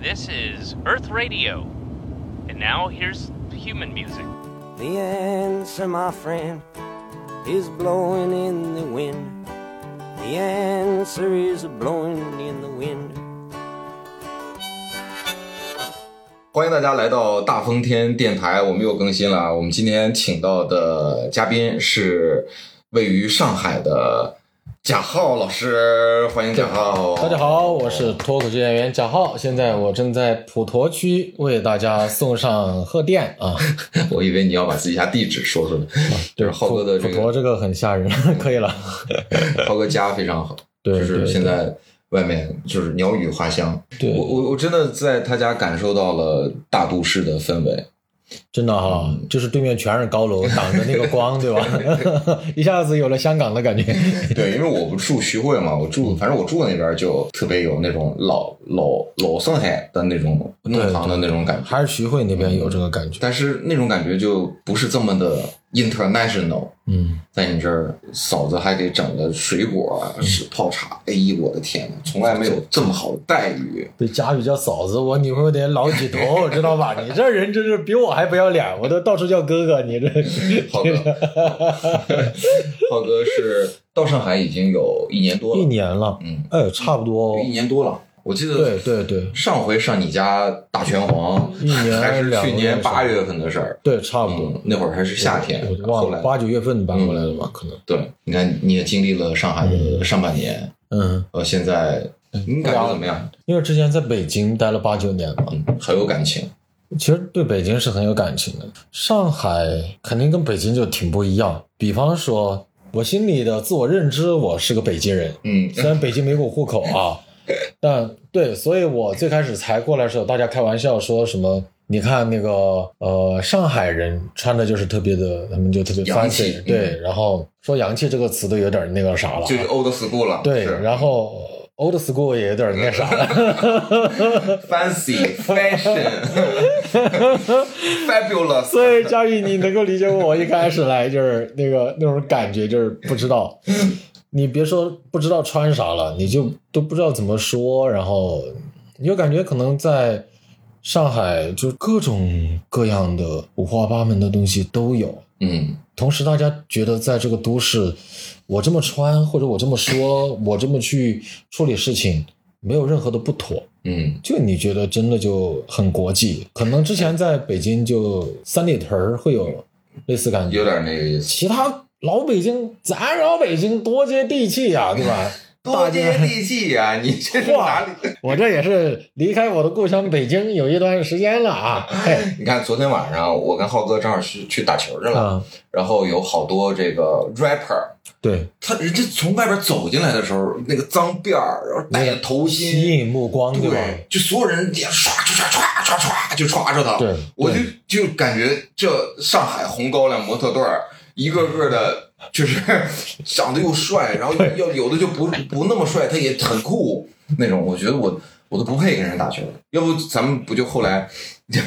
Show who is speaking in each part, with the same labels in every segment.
Speaker 1: This is Earth Radio. And now here's human music.
Speaker 2: The answer, my friend, is blowing in the wind. The answer is blowing in the wind.
Speaker 3: 欢迎大家来到大风天电台，我们又更新了啊。我们今天请到的嘉宾是位于上海的贾浩老师，欢迎贾浩。
Speaker 4: 大家好，我是脱口秀演员贾浩，现在我正在普陀区为大家送上贺电 啊！
Speaker 3: 我以为你要把自己家地址说 出来，就是浩哥的这
Speaker 4: 普陀
Speaker 3: 个
Speaker 4: 这个很吓人， 可以了。
Speaker 3: 浩哥家非常好，
Speaker 4: 对
Speaker 3: 就
Speaker 4: 对
Speaker 3: 是
Speaker 4: 对
Speaker 3: 现在外面就是鸟语花香。
Speaker 4: 对
Speaker 3: 我我我真的在他家感受到了大都市的氛 围。
Speaker 4: 真的哈、就是对面全是高楼，挡着那个光，对吧？ 一下子有了香港的感觉。
Speaker 3: 对，因为我不住徐汇嘛，我
Speaker 4: 嗯
Speaker 3: 住，反正我住的那边就特别有那种老老老上海的那种弄堂的那种感觉，
Speaker 4: 还是徐汇那边有这个感觉。
Speaker 3: 但是那种感觉就不是这么的 international。
Speaker 4: 嗯，
Speaker 3: 在你这儿，嫂子还给整了水果、
Speaker 4: 嗯
Speaker 3: 是泡茶，哎呦我的天呐，从来没有这么好的待遇。
Speaker 4: 被佳宇叫嫂子，我女朋友得老几头，知道 吧？你这人真是比我还不要脸，我都到处叫哥哥，你这是
Speaker 3: 浩哥，浩哥是到上海已经有一年多了，
Speaker 4: 一年了，
Speaker 3: 嗯，
Speaker 4: 哎，差不多哦
Speaker 3: 有一。年多了。我记得
Speaker 4: 对对对
Speaker 3: 上回上你家打拳皇，
Speaker 4: 一年
Speaker 3: 还是
Speaker 4: 两个
Speaker 3: 去年
Speaker 4: 月是吧
Speaker 3: 八月份的事儿。
Speaker 4: 对，差不多。
Speaker 3: 嗯，那会儿还是夏天
Speaker 4: 我就，
Speaker 3: 后
Speaker 4: 忘
Speaker 3: 来
Speaker 4: 了八九月份搬过来的吧，可能。
Speaker 3: 对，你看你也经历了上海的上半年，
Speaker 4: 嗯，
Speaker 3: 呃，现在你感觉怎么样？
Speaker 4: 因为之前在北京待了八九年嘛，
Speaker 3: 嗯，很有感情，
Speaker 4: 其实对北京是很有感情的。上海肯定跟北京就挺不一样，比方说，我心里的自我认知，我是个北京人，
Speaker 3: 嗯，
Speaker 4: 虽然北京没有户口啊，但对，所以我最开始才过来的时候，大家开玩笑说什么。你看那个呃，上海人穿的就是特别的，他们就特别
Speaker 3: 洋气
Speaker 4: fancy，对，
Speaker 3: 嗯
Speaker 4: 然后说洋气这个词都有点那个啥了啊，
Speaker 3: 就是 old school 了，
Speaker 4: 对，
Speaker 3: 是
Speaker 4: 然后 old school 也有点那啥了，
Speaker 3: fancy fashion fabulous，
Speaker 4: 所以佳宇，你能够理解我一开始来就是那个那种感觉，就是不知道，你别说不知道穿啥了，你就都不知道怎么说，然后你就感觉可能在上海就各种各样的五花八门的东西都有，
Speaker 3: 嗯，
Speaker 4: 同时，大家觉得在这个都市，我这么穿或者我这么说，我这么去处理事情，没有任何的不妥。
Speaker 3: 嗯，
Speaker 4: 就你觉得真的就很国际，可能之前在北京就三里屯儿会有类似感
Speaker 3: 有
Speaker 4: 觉，
Speaker 3: 点那个意思。
Speaker 4: 其他老北京，咱老北京多接地气呀、对吧？
Speaker 3: 多接地气呀、你这是
Speaker 4: 哇
Speaker 3: 哪里？
Speaker 4: 我这也是离开我的故乡北京有一段时间 了啊，嘿，
Speaker 3: 你看昨天晚上我跟浩哥正好去去打球去了，
Speaker 4: 啊，
Speaker 3: 然后有好多这个 rapper，
Speaker 4: 对，
Speaker 3: 他人家从外边走进来的时候，那个脏辫儿，然后戴着头
Speaker 4: 吸
Speaker 3: 巾，
Speaker 4: 引目光，对吧？
Speaker 3: 对，就所有人也唰唰唰唰唰唰就抓着他，
Speaker 4: 对
Speaker 3: 我就就感觉这上海红高粱模特队儿一个个的，就是长得又帅，然后要有的就不不那么帅，他也很酷那种，我觉得我我都不配跟人打球，要不咱们不就后来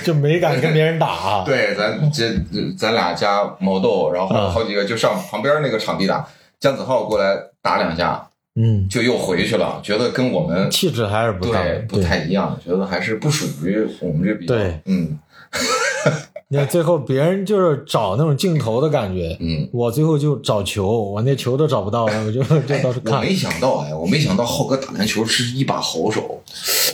Speaker 4: 就没敢跟别人打、啊，
Speaker 3: 对，咱这咱俩加毛豆，然后
Speaker 4: 嗯
Speaker 3: 好几个就上旁边那个场地打。姜子浩过来打两下，
Speaker 4: 嗯，
Speaker 3: 就又回去了，觉得跟我们
Speaker 4: 气质还是不大，
Speaker 3: 对不太一样，觉得还是不属于我们这比较。
Speaker 4: 对，
Speaker 3: 嗯
Speaker 4: 那最后别人就是找那种镜头的感觉，
Speaker 3: 嗯。
Speaker 4: 我最后就找球，我那球都找不到，我就就
Speaker 3: 哎
Speaker 4: 到处
Speaker 3: 我
Speaker 4: 看。
Speaker 3: 没想到哎，我没想到浩哥打篮球是一把好手。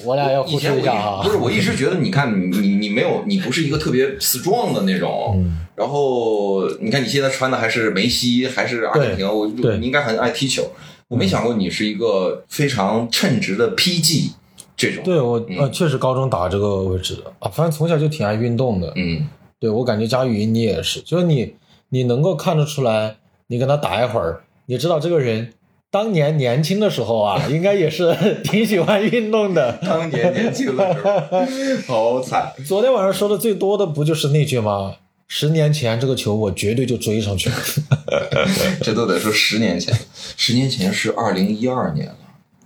Speaker 4: 我俩要
Speaker 3: 以
Speaker 4: 互
Speaker 3: 前
Speaker 4: 斥
Speaker 3: 我
Speaker 4: 一下啊
Speaker 3: 一不！是， 我一直觉得，你看你你你没有，你不是一个特别 strong 的那种。
Speaker 4: 嗯
Speaker 3: 然后你看你现在穿的还是梅西，还是阿根廷，我
Speaker 4: 对嗯
Speaker 3: 你应该很爱踢球。我没想过你是一个非常称职的 PG 这种。
Speaker 4: 对我
Speaker 3: 嗯
Speaker 4: 呃，确实高中打这个位置的啊，反正从小就挺爱运动的。
Speaker 3: 嗯，
Speaker 4: 对我感觉佳宇你也是，就是你你能够看得出来，你跟他打一会儿，你知道这个人当年年轻的时候 啊，应该也是 挺喜欢运动的。
Speaker 3: 当年年轻的 时候好惨。
Speaker 4: 昨天晚上说的最多的不就是那句吗？十年前这个球我绝对就追上去了。
Speaker 3: 这都得说十年前，十年前是二零一二年了。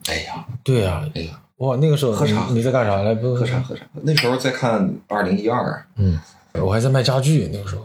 Speaker 3: 哎呀，
Speaker 4: 对呀、
Speaker 3: 哎呀，
Speaker 4: 哇，那个时候
Speaker 3: 喝茶
Speaker 4: 你你在干啥来？不
Speaker 3: 喝茶。喝茶。那时候在看二零一二，
Speaker 4: 嗯，我还在卖家具那个时候。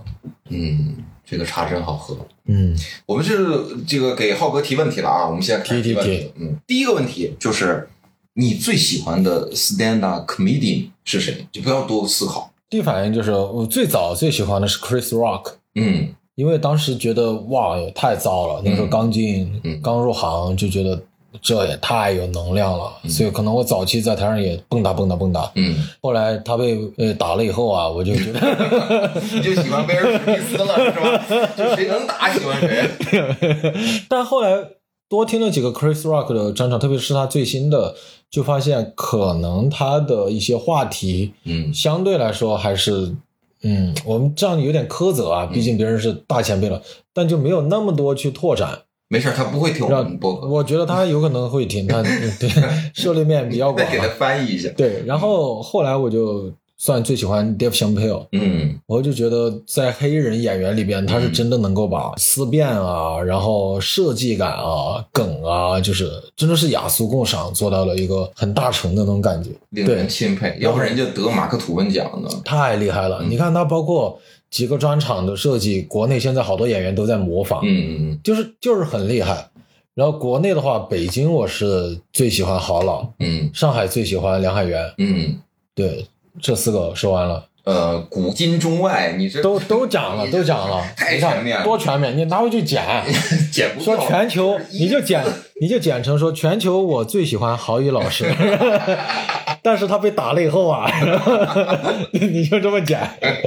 Speaker 3: 嗯，这个茶真好喝。
Speaker 4: 嗯，
Speaker 3: 我们是这个给浩哥提问题了啊，我们现在开始
Speaker 4: 提提
Speaker 3: 问题。嗯，第一个问题就是，你最喜欢的 stand up comedian 是谁？就不要多思考。
Speaker 4: 第一反应就是我最早最喜欢的是 Chris Rock，
Speaker 3: 嗯
Speaker 4: 因为当时觉得哇也太糟了，那时候刚进、
Speaker 3: 嗯
Speaker 4: 刚入行就觉得这也太有能量了，所以可能我早期在台上也蹦跶蹦跶蹦跶。
Speaker 3: 嗯，
Speaker 4: 后来他被呃打了以后啊，我就觉得
Speaker 3: 你就喜欢威尔史密斯了是吧？就谁能打喜欢谁。
Speaker 4: 但后来多听了几个 Chris Rock 的专场，特别是他最新的，就发现可能他的一些话题
Speaker 3: 嗯
Speaker 4: 相对来说还是，嗯，我们这样有点苛责
Speaker 3: 嗯
Speaker 4: 啊，毕竟别人是大前辈了，但就没有那么多去拓展。
Speaker 3: 没事儿，他不会听我
Speaker 4: 让
Speaker 3: 们播客，
Speaker 4: 我觉得他有可能会听， 他对涉猎面比较广啊
Speaker 3: 再。给他翻译一下。
Speaker 4: 对，然后后来我就算最喜欢 Dave Chappelle，
Speaker 3: 嗯
Speaker 4: 我就觉得在黑人演员里边，他是真的能够把思辨啊，然后设计感啊、梗啊，就是真的是雅俗共赏，做到了一个很大成的那种感觉，
Speaker 3: 令人
Speaker 4: 对，
Speaker 3: 钦佩，要不然就得马克吐温奖呢。
Speaker 4: 太厉害了！你看他包括几个专场的设计，国内现在好多演员都在模仿，
Speaker 3: 嗯嗯
Speaker 4: 就是就是很厉害。然后国内的话，北京我是最喜欢郝老，
Speaker 3: 嗯
Speaker 4: 上海最喜欢梁海源，
Speaker 3: 嗯，
Speaker 4: 对，这四个说完了。
Speaker 3: 呃，古今中外，你这
Speaker 4: 都都讲了，都讲了，
Speaker 3: 太
Speaker 4: 你看
Speaker 3: 全面了
Speaker 4: 多全面！你拿回去剪，
Speaker 3: 剪不
Speaker 4: 说
Speaker 3: 到
Speaker 4: 全球，你就剪，你就剪成说全球我最喜欢郝宇 老师，但是他被打了以后啊， 你就这么剪。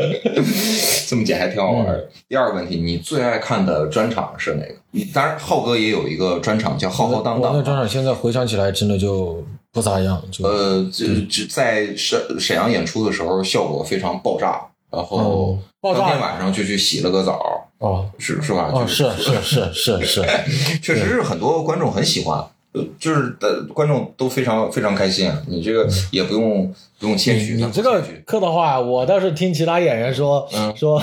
Speaker 3: 这么剪还挺好玩
Speaker 4: 嗯
Speaker 3: 的。第二个问题，你最爱看的专场是哪个？你当然，浩哥也有一个专场叫《浩浩荡
Speaker 4: 我
Speaker 3: 荡
Speaker 4: 那》专
Speaker 3: 啊。
Speaker 4: 场现在回想起来真的就不咋样，就
Speaker 3: 呃，这这在沈沈阳演出的时候，效果非常爆炸，然后
Speaker 4: 哦爆炸
Speaker 3: 当天晚上就去洗了个澡，
Speaker 4: 哦
Speaker 3: 是是吧？
Speaker 4: 哦
Speaker 3: 啊就是
Speaker 4: 是是 是是，
Speaker 3: 确实是很多观众很喜欢，呃，就是呃，观众都非常非常开心。啊你这个也不用不用谦虚，
Speaker 4: 嗯你
Speaker 3: 咱不
Speaker 4: 这个
Speaker 3: 谦虚
Speaker 4: 客套话，我倒是听其他演员说、
Speaker 3: 嗯
Speaker 4: 说，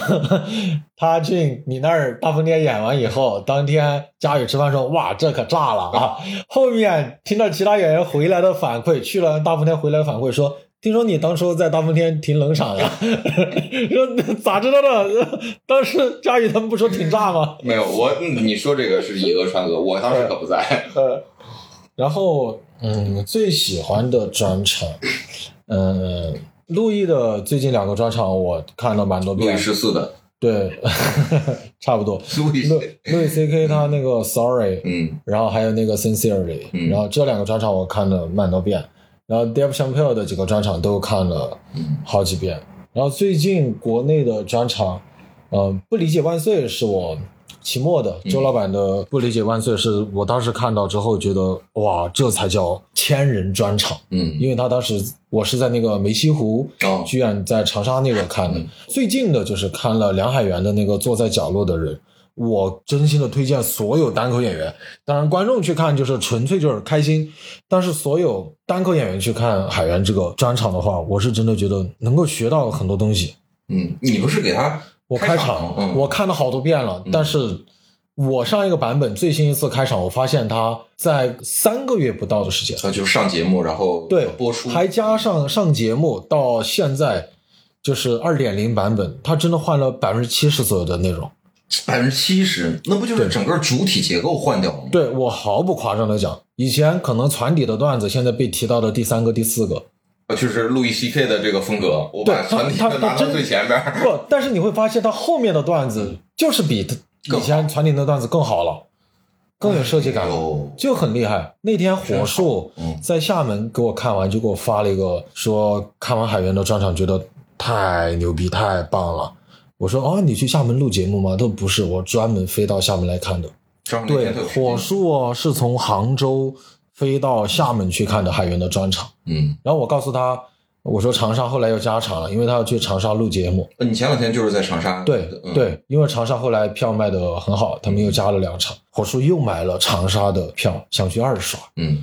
Speaker 4: 他去你那儿大风天演完以后，当天佳宇吃饭说哇这可炸了啊！ 后面听到其他演员回来的反馈，去了大风天回来的反馈说。听说你当初在大风天挺冷场呀？ 说 咋知道的？当时佳宇他们不说挺炸吗？
Speaker 3: 没有我，嗯你说这个是以讹传讹，我当时可不在。
Speaker 4: 呃，然后嗯，最喜欢的专场，嗯、陆毅的最近两个专场我看了蛮多
Speaker 3: 路易
Speaker 4: 遍，
Speaker 3: 十四的
Speaker 4: 对， 差不多。
Speaker 3: 路易
Speaker 4: 路
Speaker 3: 十，
Speaker 4: 路易 C K 他那个 Sorry，、
Speaker 3: 嗯
Speaker 4: 然后还有那个 Sincerely，、
Speaker 3: 嗯
Speaker 4: 然后这两个专场我看了蛮多遍，然后 Dave Chappelle 的几个专场都看了
Speaker 3: 嗯
Speaker 4: 好几遍。然后最近国内的专场，呃，不理解万岁是我期末的
Speaker 3: 嗯
Speaker 4: 周老板的不理解万岁是我当时看到之后觉得哇，这才叫千人专场，
Speaker 3: 嗯
Speaker 4: 因为他当时我是在那个梅溪湖
Speaker 3: 哦
Speaker 4: 剧院在长沙那个看的
Speaker 3: 嗯，
Speaker 4: 最近的就是看了梁海源的那个坐在角落的人。我真心的推荐所有单口演员，当然观众去看就是纯粹就是开心，但是所有单口演员去看海源这个专场的话，我是真的觉得能够学到很多东西。
Speaker 3: 嗯，你不是给他
Speaker 4: 我
Speaker 3: 开
Speaker 4: 开
Speaker 3: 场
Speaker 4: 场，
Speaker 3: 嗯
Speaker 4: 我看了好多遍了，但是我上一个版本最新一次开场，我发现他在三个月不到的时间，
Speaker 3: 他就上节目，然后
Speaker 4: 对
Speaker 3: 播出，
Speaker 4: 还加上上节目到现在就是二点零版本，他真的换了百分之七十左右的内容。
Speaker 3: 百分之七十，那不就是整个主体结构换掉了吗？
Speaker 4: 对我毫不夸张的讲，以前可能船底的段子，现在被提到的第三个、第四个。
Speaker 3: 呃就是路易 C K 的这个风格，我把
Speaker 4: 对
Speaker 3: 团体
Speaker 4: 他
Speaker 3: 的
Speaker 4: 他
Speaker 3: 拿
Speaker 4: 他
Speaker 3: 到
Speaker 4: 真
Speaker 3: 最前边儿。
Speaker 4: 不，但是你会发现他后面的段子就是比他以前船底的段子更好了，更有设计感了。
Speaker 3: 哦，
Speaker 4: 就很厉害。那天火树
Speaker 3: 真好嗯
Speaker 4: 在厦门给我看完，就给我发了一个说看完海源的专场，觉得太牛逼，太棒了。我说哦，你去厦门录节目吗？都不是，我专门飞到厦门来看的。
Speaker 3: 正好那
Speaker 4: 对
Speaker 3: 天他有，时间
Speaker 4: 火树哦是从杭州飞到厦门去看的海源的专场。
Speaker 3: 嗯，
Speaker 4: 然后我告诉他，我说长沙后来又加场了，因为他要去长沙录节目。
Speaker 3: 呃你前两天就是在长沙，
Speaker 4: 对
Speaker 3: 嗯，
Speaker 4: 对，因为长沙后来票卖的很好，他们又加了两场。火树又买了长沙的票，想去二刷。
Speaker 3: 嗯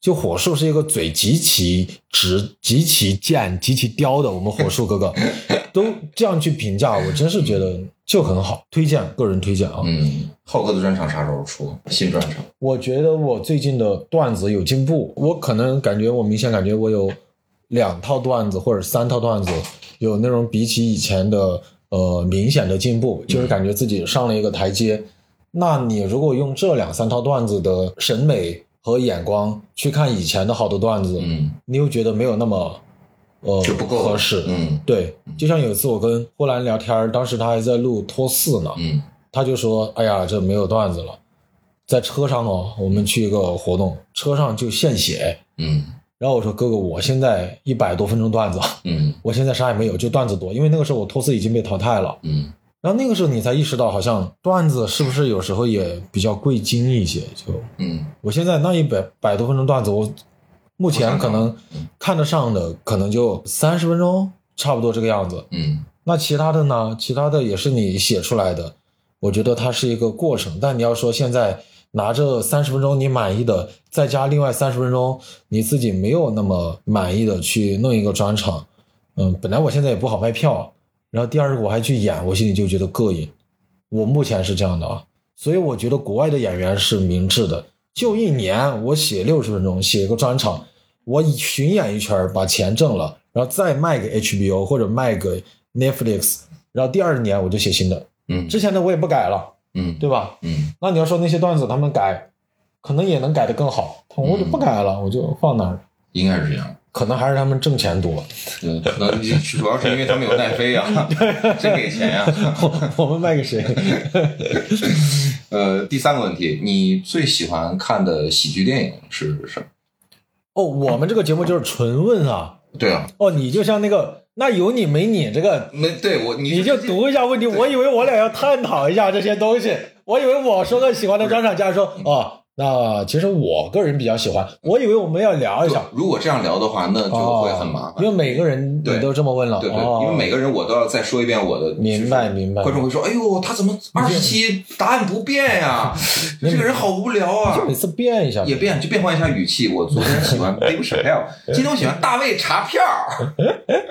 Speaker 4: 就火树是一个嘴极其直、极其贱、极其刁的，我们火树哥哥都这样去评价，我真是觉得就很好，推荐，个人推荐啊。
Speaker 3: 嗯，浩哥的专场啥时候出？新专场？
Speaker 4: 我觉得我最近的段子有进步，我可能感觉我明显感觉我有两套段子或者三套段子有那种比起以前的呃明显的进步，就是感觉自己上了一个台阶。那你如果用这两三套段子的审美和眼光去看以前的好的段子，
Speaker 3: 嗯，
Speaker 4: 你又觉得没有那么呃
Speaker 3: 就不够
Speaker 4: 合适。
Speaker 3: 嗯
Speaker 4: 对，就像有一次我跟呼兰聊天儿，当时他还在录托四呢，
Speaker 3: 嗯
Speaker 4: 他就说：“哎呀，这没有段子了。”在车上哦，我们去一个活动，车上就现写。
Speaker 3: 嗯
Speaker 4: 然后我说：“哥哥，我现在一百多分钟段子，
Speaker 3: 嗯
Speaker 4: 我现在啥也没有，就段子多。因为那个时候我托四已经被淘汰了。
Speaker 3: 嗯
Speaker 4: 然后那个时候你才意识到，好像段子是不是有时候也比较贵精一些？就
Speaker 3: 嗯
Speaker 4: 我现在那一百百多分钟段子，我目前可能看得上的可能就三十分钟，差不多这个样子。
Speaker 3: 嗯
Speaker 4: 那其他的呢？其他的也是你写出来的，我觉得它是一个过程。但你要说现在拿这三十分钟你满意的，再加另外三十分钟你自己没有那么满意的去弄一个专场，嗯，本来我现在也不好卖票，然后第二个我还去演，我心里就觉得膈应。我目前是这样的啊，所以我觉得国外的演员是明智的，就一年我写六十分钟，写一个专场，我巡演一圈儿把钱挣了，然后再卖给 HBO 或者卖给 Netflix，然后第二年我就写新的，
Speaker 3: 嗯
Speaker 4: 之前的我也不改了，
Speaker 3: 嗯
Speaker 4: 对吧？
Speaker 3: 嗯
Speaker 4: 那你要说那些段子他们改，可能也能改得更好，我就不改了，我就放那儿，
Speaker 3: 应该是这样。
Speaker 4: 可能还是他们挣钱多，
Speaker 3: 嗯，可能主要是因为他们有奈飞啊，真给钱啊呀、
Speaker 4: 我们卖给谁？
Speaker 3: 呃，第三个问题，你最喜欢看的喜剧电影是什么？
Speaker 4: 哦，我们这个节目就是纯问啊，
Speaker 3: 对啊，
Speaker 4: 哦，你就像那个那有你没你这个
Speaker 3: 没对我你
Speaker 4: 你就读一下问题，我以为我俩要探讨一下这些东西，我以为我说个喜欢的专场家说哦，那其实我个人比较喜欢，我以为我们要聊一
Speaker 3: 对
Speaker 4: 下，
Speaker 3: 如果这样聊的话，那就会很麻
Speaker 4: 哦
Speaker 3: 烦。
Speaker 4: 因为每个人
Speaker 3: 对
Speaker 4: 你都这么问了，
Speaker 3: 对对，
Speaker 4: 哦、
Speaker 3: 因为每个人我都要再说一遍我的。
Speaker 4: 明白明白
Speaker 3: 观众会说：“哎呦，他怎么二十期答案不变 呀、这个人好无聊啊
Speaker 4: 就！”每次变一下，
Speaker 3: 也变就变换一下语气。我昨天 喜欢 Dave Chappelle，今天我喜欢大卫查票。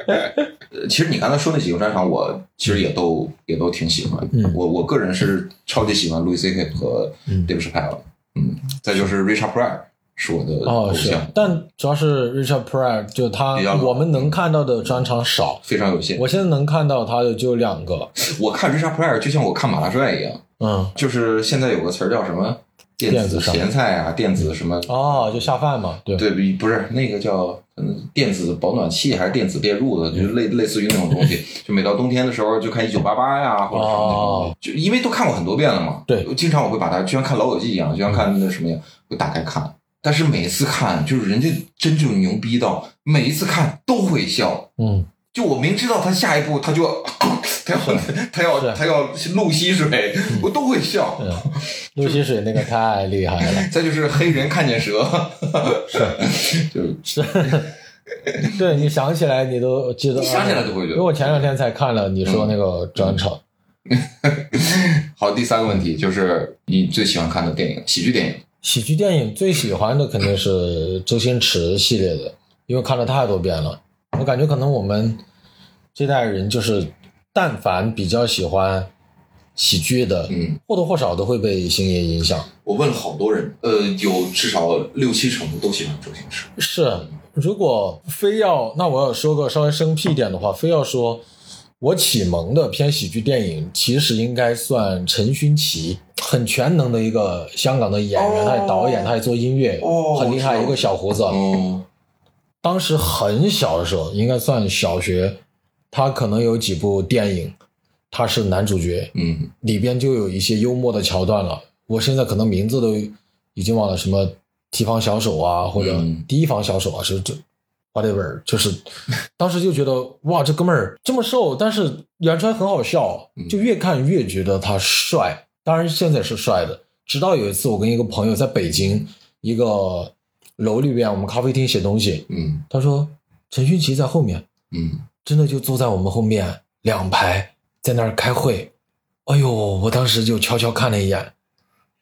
Speaker 3: 呃其实你刚才说那几个专场，我其实也都也都挺喜欢。
Speaker 4: 嗯
Speaker 3: 我我个人是超级喜欢 Louis C.K. 和
Speaker 4: 嗯
Speaker 3: Dave Chappelle。嗯，再就是 Richard Pryor 是我的
Speaker 4: 哦
Speaker 3: 偶
Speaker 4: 是
Speaker 3: 像，，
Speaker 4: 但主要是 Richard Pryor 就他
Speaker 3: 比较老嗯
Speaker 4: 我们能看到的专场少，
Speaker 3: 非常有限。
Speaker 4: 我
Speaker 3: 我
Speaker 4: 现在能看到他的就两个，
Speaker 3: 我看 Richard Pryor 就像我看马大帅一样，
Speaker 4: 嗯，
Speaker 3: 就是现在有个词儿叫什么电
Speaker 4: 电
Speaker 3: 子
Speaker 4: 子上
Speaker 3: 咸菜啊，电子什么。
Speaker 4: 哦就下饭嘛，对，
Speaker 3: 对，比不是那个叫嗯电子保暖器还是电子电褥子，就是类类似于那种东 西。就每到冬天的时候，就看一九八八呀，或者什么那种
Speaker 4: 哦，
Speaker 3: 就因为都看过很多遍了嘛。
Speaker 4: 对，
Speaker 3: 经常我会把它就像看老友记一样，就像看那什么一样，会打开看。但是每次看，就是人家真就牛逼到每一次看都会笑。
Speaker 4: 嗯，
Speaker 3: 就我明知道他下一步他就要他要 他要
Speaker 4: 是
Speaker 3: 他要露吸水，我都会笑。
Speaker 4: 嗯露西水那个太厉害了。
Speaker 3: 再就是黑人看见蛇，
Speaker 4: 是，对你想起来你都记得，
Speaker 3: 你想起来就会觉得嗯
Speaker 4: 因为我前两天才看了你说那个专场，
Speaker 3: 好，第三个问题就是你最喜欢看的电影，喜剧电影。
Speaker 4: 喜剧电影最喜欢的肯定是周星驰系列的，因为看了太多遍了。我感觉可能我们这代人就是，但凡比较喜欢喜剧的，
Speaker 3: 嗯，
Speaker 4: 或多或少都会被星爷影响。
Speaker 3: 我问了好多人，呃，有至少六七成都喜欢周星驰。
Speaker 4: 是，如果非要那我要说个稍微生僻一点的话，非要说我启蒙的偏喜剧电影，其实应该算陈勋奇，很全能的一个香港的演员，
Speaker 3: 哦
Speaker 4: 他也导演，他也做音乐，
Speaker 3: 哦
Speaker 4: 很厉害
Speaker 3: 我知道
Speaker 4: 一个小胡子。
Speaker 3: 哦，
Speaker 4: 当时很小的时候，应该算小学，他可能有几部电影，他是男主角，
Speaker 3: 嗯
Speaker 4: 里边就有一些幽默的桥段了。我现在可能名字都已经忘了，什么提防小手啊，或者
Speaker 3: 嗯
Speaker 4: 提防小手啊，是这 whatever，就是当时就觉得哇，这哥们儿这么瘦，但是演出来很好笑，就越看越觉得他帅。当然现在是帅的。直到有一次，我跟一个朋友在北京一个楼里边，我们咖啡厅写东西，
Speaker 3: 嗯
Speaker 4: 他说陈勋奇在后面，
Speaker 3: 嗯，
Speaker 4: 真的就坐在我们后面两排，在那儿开会。哎呦，我当时就悄悄看了一眼，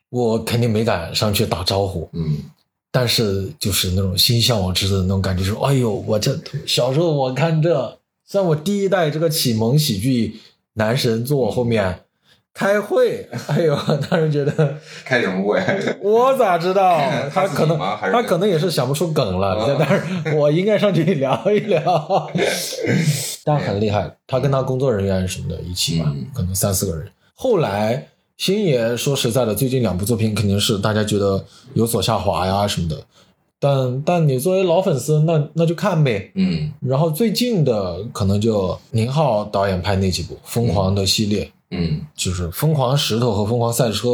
Speaker 4: 我肯定没敢上去打招呼，
Speaker 3: 嗯
Speaker 4: 但是就是那种心向往之的那种感觉，说，哎呦，我这小时候我看这，算我第一代这个启蒙喜剧男神坐我后面开会， 哎呦，当时觉得
Speaker 3: 开什么会？啊
Speaker 4: 我咋知道？他可
Speaker 3: 他自
Speaker 4: 能
Speaker 3: 己吗还是
Speaker 4: 他可能也是想不出梗
Speaker 3: 啊
Speaker 4: 了，在那儿，我应该上去聊一 聊。但很厉害，他跟他工作人员什么的一起吧
Speaker 3: 嗯，
Speaker 4: 可能三四个人。后来星爷说实在的，最近两部作品肯定是大家觉得有所下滑呀什么的，但但你作为老粉丝，那那就看呗。
Speaker 3: 嗯
Speaker 4: 然后最近的可能就宁浩导演拍那几部《疯狂》的系列，
Speaker 3: 嗯
Speaker 4: 就是《疯狂石头》和《疯狂赛车》，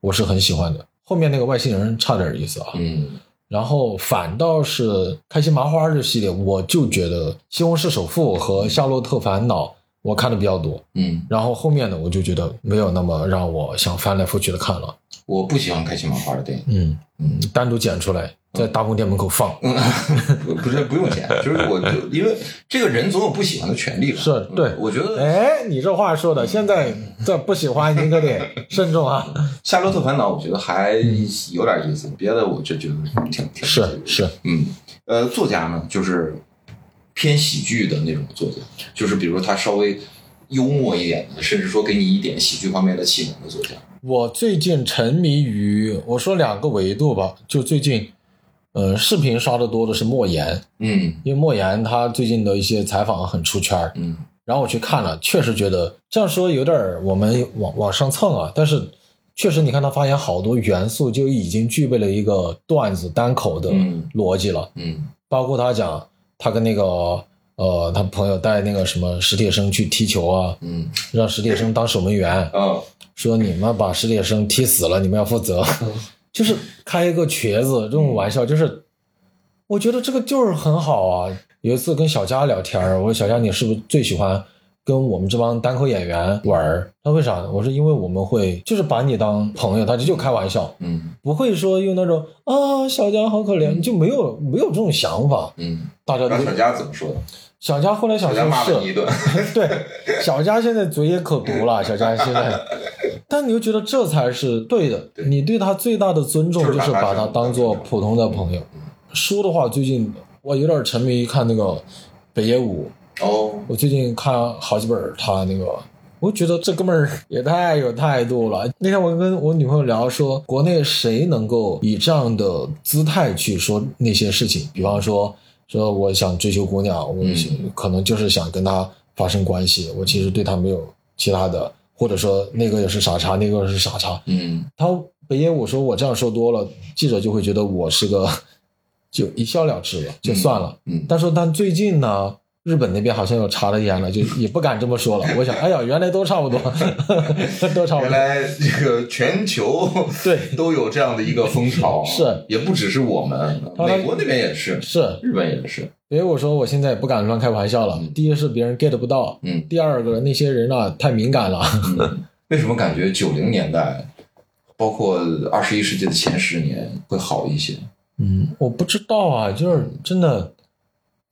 Speaker 4: 我是很喜欢的。后面那个外星人差点意思啊。
Speaker 3: 嗯
Speaker 4: 然后反倒是开心麻花这系列，我就觉得《西红柿首富》和《夏洛特烦恼》我看的比较多，
Speaker 3: 嗯，
Speaker 4: 然后后面的我就觉得没有那么让我想翻来覆去的看了。
Speaker 3: 我不喜欢开心麻花的电影。
Speaker 4: 嗯，
Speaker 3: 嗯，
Speaker 4: 单独剪出来，在大风店门口放。
Speaker 3: 嗯，不是不用钱，就是我就因为这个人总有不喜欢的权利吧。
Speaker 4: 是
Speaker 3: 嗯
Speaker 4: 对
Speaker 3: 我觉得《
Speaker 4: 哎，你这话说的，现在这不喜欢你可得慎重啊。
Speaker 3: 夏洛特烦恼》我觉得还有点意思，别的我就觉得挺挺
Speaker 4: 是是，
Speaker 3: 嗯，呃，作家呢就是偏喜剧的那种作家，就是比如他稍微幽默一点的，甚至说给你一点喜剧方面的启蒙的作家。
Speaker 4: 我最近沉迷于，我说两个维度吧，就最近，呃，视频刷的多的是莫言，
Speaker 3: 嗯
Speaker 4: 因为莫言他最近的一些采访很出圈儿，
Speaker 3: 嗯
Speaker 4: 然后我去看了，确实觉得这样说有点儿我们往往上蹭啊，但是确实你看他发现好多元素就已经具备了一个段子单口的
Speaker 3: 嗯
Speaker 4: 逻辑了，
Speaker 3: 嗯
Speaker 4: 包括他讲他跟那个呃他朋友带那个什么史铁生去踢球啊，
Speaker 3: 嗯
Speaker 4: 让史铁生当守门员，
Speaker 3: 啊
Speaker 4: 说你们把史铁生踢死了，你们要负责，
Speaker 3: 嗯
Speaker 4: 就是开一个瘸子这种玩笑，就是我觉得这个就是很好啊。有一次跟小佳聊天儿，我说小佳你是不是最喜欢跟我们这帮单口演员玩儿？他说为啥呢？我说因为我们会就是把你当朋友，他就就开玩笑，
Speaker 3: 嗯
Speaker 4: 不会说用那种啊小佳好可怜，就没有没有这种想法。
Speaker 3: 嗯，
Speaker 4: 大家
Speaker 3: 然
Speaker 4: 都
Speaker 3: 后小佳怎么说的？
Speaker 4: 小佳后来想
Speaker 3: 小佳骂了
Speaker 4: 说
Speaker 3: 你一
Speaker 4: 是，
Speaker 3: 顿。
Speaker 4: 对，小佳现在嘴也可毒了，小佳现在，但你又觉得这才是对的，
Speaker 3: 对
Speaker 4: 你对他最大的尊重
Speaker 3: 就是
Speaker 4: 就
Speaker 3: 把
Speaker 4: 是
Speaker 3: 他
Speaker 4: 把他
Speaker 3: 当
Speaker 4: 当
Speaker 3: 朋
Speaker 4: 做
Speaker 3: 友嗯
Speaker 4: 普通的朋友。书的话，最近我有点沉迷于看那个北野武，
Speaker 3: 哦，
Speaker 4: 我最近看好几本儿他那个。我觉得这哥们儿也太有态度了。那天我跟我女朋友聊说，国内谁能够以这样的姿态去说那些事情？比方说，说我想追求姑娘，我想可能就是想跟她发生关系，我其实对她没有其他的，或者说那个也是傻叉，那个是傻叉。
Speaker 3: 嗯
Speaker 4: 他北野武说我这样说多了，记者就会觉得我是个 就一笑了之了，就算了。
Speaker 3: 嗯
Speaker 4: 但是但最近呢，日本那边好像有查的严 了，就也不敢这么说了。我想，哎呀，原来都差不多， 都差不
Speaker 3: 原
Speaker 4: 多。
Speaker 3: 来这个全球
Speaker 4: 对
Speaker 3: 都有这样的一个风潮，啊
Speaker 4: 是
Speaker 3: 也不只是我们，
Speaker 4: 他
Speaker 3: 美国那边也是，
Speaker 4: 是，
Speaker 3: 日本也是，
Speaker 4: 所以我说我现在也不敢乱开玩笑了。第一是别人 get 不到，
Speaker 3: 嗯
Speaker 4: 第二个那些人啊太敏感了。
Speaker 3: 嗯。 为什么感觉九零年代，包括二十一世纪的前十年会好一些？
Speaker 4: 嗯，我不知道啊，就是真的，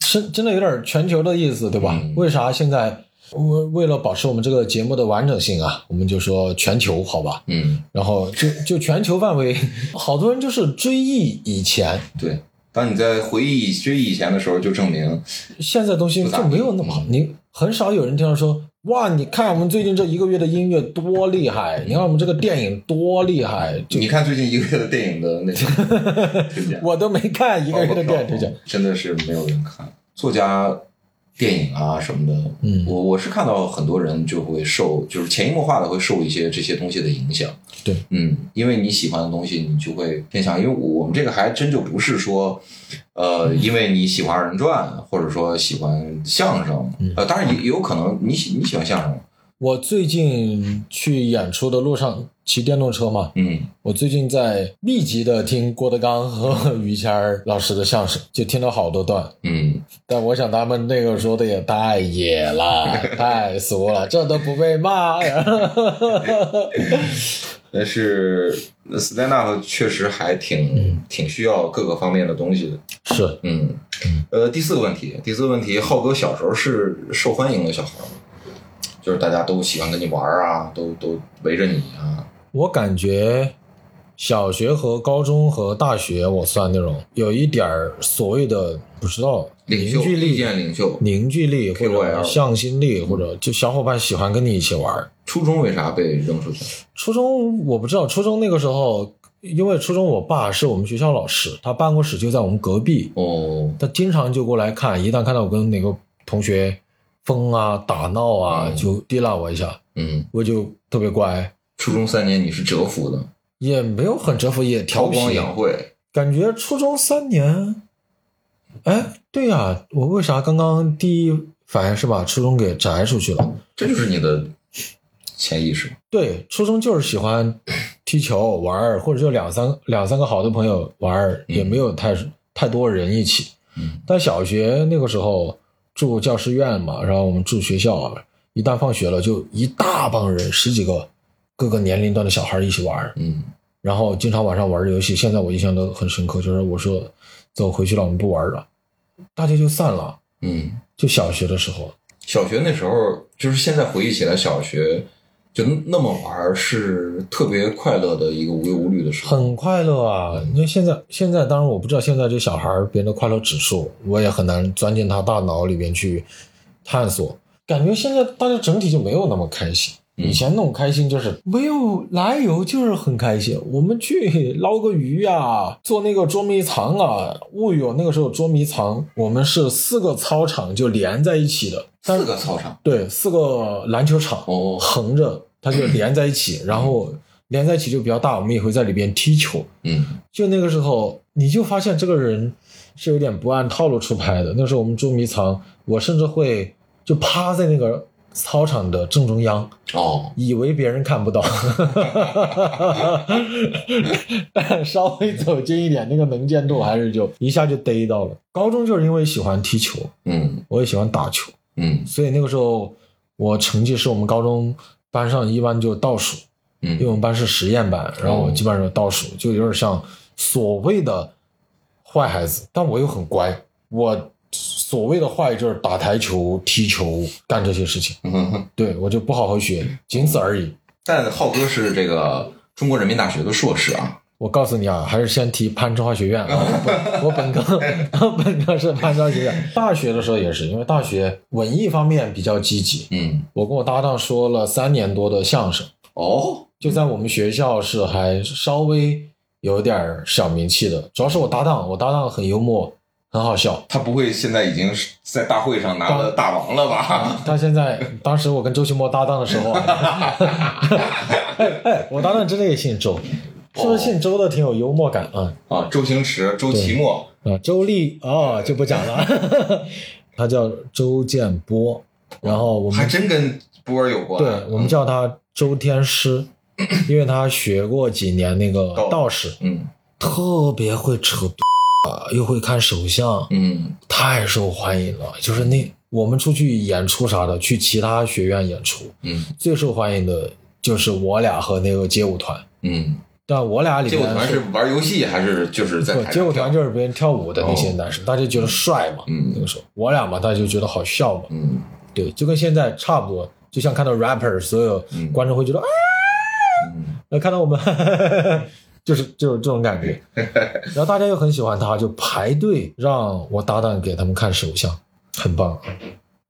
Speaker 4: 是真的有点全球的意思，对吧？
Speaker 3: 嗯
Speaker 4: 为啥现在我为了保持我们这个节目的完整性啊，我们就说全球好吧？
Speaker 3: 嗯，
Speaker 4: 然后就就全球范围，好多人就是追忆以前，
Speaker 3: 对。当你在回忆追忆以前的时候，就证明，
Speaker 4: 现在东西就没有那么好，你很少有人听到说。哇！你看我们最近这一个月的音乐多厉害，你看我们这个电影多厉害，就
Speaker 3: 你看最近一个月的电影的那个推荐，
Speaker 4: 我都没看一个月的电影推荐。
Speaker 3: 哦真的是没有人看。作家、电影啊什么的，
Speaker 4: 嗯
Speaker 3: 我我是看到很多人就会受，就是潜移默化的会受一些这些东西的影响。
Speaker 4: 对，
Speaker 3: 嗯，因为你喜欢的东西，你就会偏向。因为我们这个还真就不是说，呃，
Speaker 4: 嗯
Speaker 3: 因为你喜欢二人转，或者说喜欢相声，
Speaker 4: 嗯
Speaker 3: 呃，当然也也有可能你喜你喜欢相声，
Speaker 4: 我最近去演出的路上骑电动车嘛，
Speaker 3: 嗯
Speaker 4: 我最近在密集的听郭德纲和于谦儿老师的相声，就听了好多段。
Speaker 3: 嗯，
Speaker 4: 但我想他们那个说的也太野了，太俗了，这都不被骂呀。
Speaker 3: 但是 stand up 确实还挺
Speaker 4: 嗯
Speaker 3: 挺需要各个方面的东西的。
Speaker 4: 是
Speaker 3: 嗯，呃，第四个问题，第四个问题，浩哥小时候是受欢迎的小孩吗？就是大家都喜欢跟你玩儿啊，都都围着你啊。
Speaker 4: 我感觉小学和高中和大学，我算那种有一点儿所谓的不知道
Speaker 3: 领
Speaker 4: 凝
Speaker 3: 袖，
Speaker 4: 聚
Speaker 3: 意
Speaker 4: 力、
Speaker 3: 见领袖。
Speaker 4: 凝聚力或
Speaker 3: KOL
Speaker 4: 者向心力，或者就小伙伴喜欢跟你一起玩儿。
Speaker 3: 初中为啥被扔出去？
Speaker 4: 初中我不知道，初中那个时候，因为初中我爸是我们学校老师，他办公室就在我们隔壁，
Speaker 3: 哦，
Speaker 4: 他经常就过来看，一旦看到我跟哪个同学疯啊、打闹啊，
Speaker 3: 嗯
Speaker 4: 就提拉我一下，
Speaker 3: 嗯，
Speaker 4: 我就特别乖。
Speaker 3: 初中三年你是蛰伏的，
Speaker 4: 也没有很折服，也调
Speaker 3: 韬
Speaker 4: 皮
Speaker 3: 光养晦，
Speaker 4: 感觉初中三年，哎，对呀、我为啥刚刚第一反应是把初中给摘出去了？
Speaker 3: 这就是你的潜意识。
Speaker 4: 对，初中就是喜欢踢球玩儿，或者就两三两三个好的朋友玩儿，也没有太太多人一起。
Speaker 3: 嗯
Speaker 4: 但小学那个时候住教师院嘛，然后我们住学校啊，一旦放学了，就一大帮人，十几个各个年龄段的小孩儿一起玩儿。
Speaker 3: 嗯
Speaker 4: 然后经常晚上玩儿游戏。现在我印象都很深刻，就是我说走回去了，我们不玩儿了，大家就散了。
Speaker 3: 嗯，
Speaker 4: 就小学的时候，
Speaker 3: 小学那时候，就是现在回忆起来，小学就那么玩儿是特别快乐的一个无忧无虑的时候。
Speaker 4: 很快乐啊。
Speaker 3: 嗯
Speaker 4: 因为现在现在，当然我不知道现在这小孩儿别人的快乐指数，我也很难钻进他大脑里面去探索。感觉现在大家整体就没有那么开心。
Speaker 3: 嗯
Speaker 4: 以前那种开心就是没有来由，就是很开心。我们去捞个鱼啊，做那个捉迷藏啊。物有那个时候捉迷藏，我们是四个操场就连在一起的，但
Speaker 3: 四个操场，
Speaker 4: 对，四个篮球场
Speaker 3: 哦
Speaker 4: 横着，它就连在一起，然后连在一起就比较大，我们也会在里边踢球。
Speaker 3: 嗯
Speaker 4: 就那个时候，你就发现这个人是有点不按套路出牌的。那时候我们捉迷藏，我甚至会就趴在那个操场的正中央，
Speaker 3: 哦，
Speaker 4: 以为别人看不到， 但稍微走近一点，那个能见度还是就一下就逮到了。高中就是因为喜欢踢球，
Speaker 3: 嗯
Speaker 4: 我也喜欢打球。
Speaker 3: 嗯
Speaker 4: 所以那个时候我成绩是我们高中班上一般就倒数，因为我
Speaker 3: 嗯
Speaker 4: 们班是实验班，然后我基本上就倒数，就有点像所谓的坏孩子，但我又很乖。我所谓的坏就是打台球、踢球、干这些事情，
Speaker 3: 嗯哼。
Speaker 4: 对我就不好好学，仅此而已。
Speaker 3: 但浩哥是这个中国人民大学的硕士啊，
Speaker 4: 我告诉你啊，还是先提攀枝花学院啊！我本我本科我本科是攀枝花学院，大学的时候也是，因为大学文艺方面比较积极，
Speaker 3: 嗯，
Speaker 4: 我跟我搭档说了三年多的相声，
Speaker 3: 哦，
Speaker 4: 就在我们学校是还稍微有点儿小名气的，主要是我搭档，我搭档很幽默，很好笑。
Speaker 3: 他不会现在已经是在大会上拿了大王了吧？
Speaker 4: 他现在，当时我跟周奇墨搭档的时候啊， 哎哎，我搭档真的也姓周，是不是姓周的挺有幽默感啊？
Speaker 3: 啊，周星驰、周奇墨，
Speaker 4: 啊，周丽哦就不讲了， 他叫周建波，然后我们
Speaker 3: 还真跟波儿有啊关。
Speaker 4: 对我们叫他周天师，因为他学过几年那个
Speaker 3: 道
Speaker 4: 道士，
Speaker 3: 嗯
Speaker 4: 特别会扯犊子啊，又会看手相，
Speaker 3: 嗯
Speaker 4: 太受欢迎了。就是那我们出去演出啥的，去其他学院演出，
Speaker 3: 嗯
Speaker 4: 最受欢迎的就是我俩和那个街舞团。
Speaker 3: 嗯，
Speaker 4: 但我俩里
Speaker 3: 街
Speaker 4: 面
Speaker 3: 舞团是玩游戏还是就是在
Speaker 4: 不
Speaker 3: 台上
Speaker 4: 街舞团
Speaker 3: 跳
Speaker 4: 就是别人跳舞的那些
Speaker 3: 哦
Speaker 4: 男生，大家觉得帅嘛，
Speaker 3: 嗯
Speaker 4: 那个时候我俩嘛，大家就觉得好笑嘛，
Speaker 3: 嗯
Speaker 4: 对，就跟现在差不多。就像看到 rapper，所有
Speaker 3: 嗯
Speaker 4: 观众会觉得啊，
Speaker 3: 嗯
Speaker 4: 那看到我们， 就是就是这种感觉。 然后大家又很喜欢他，就排队让我搭档给他们看手相，很棒。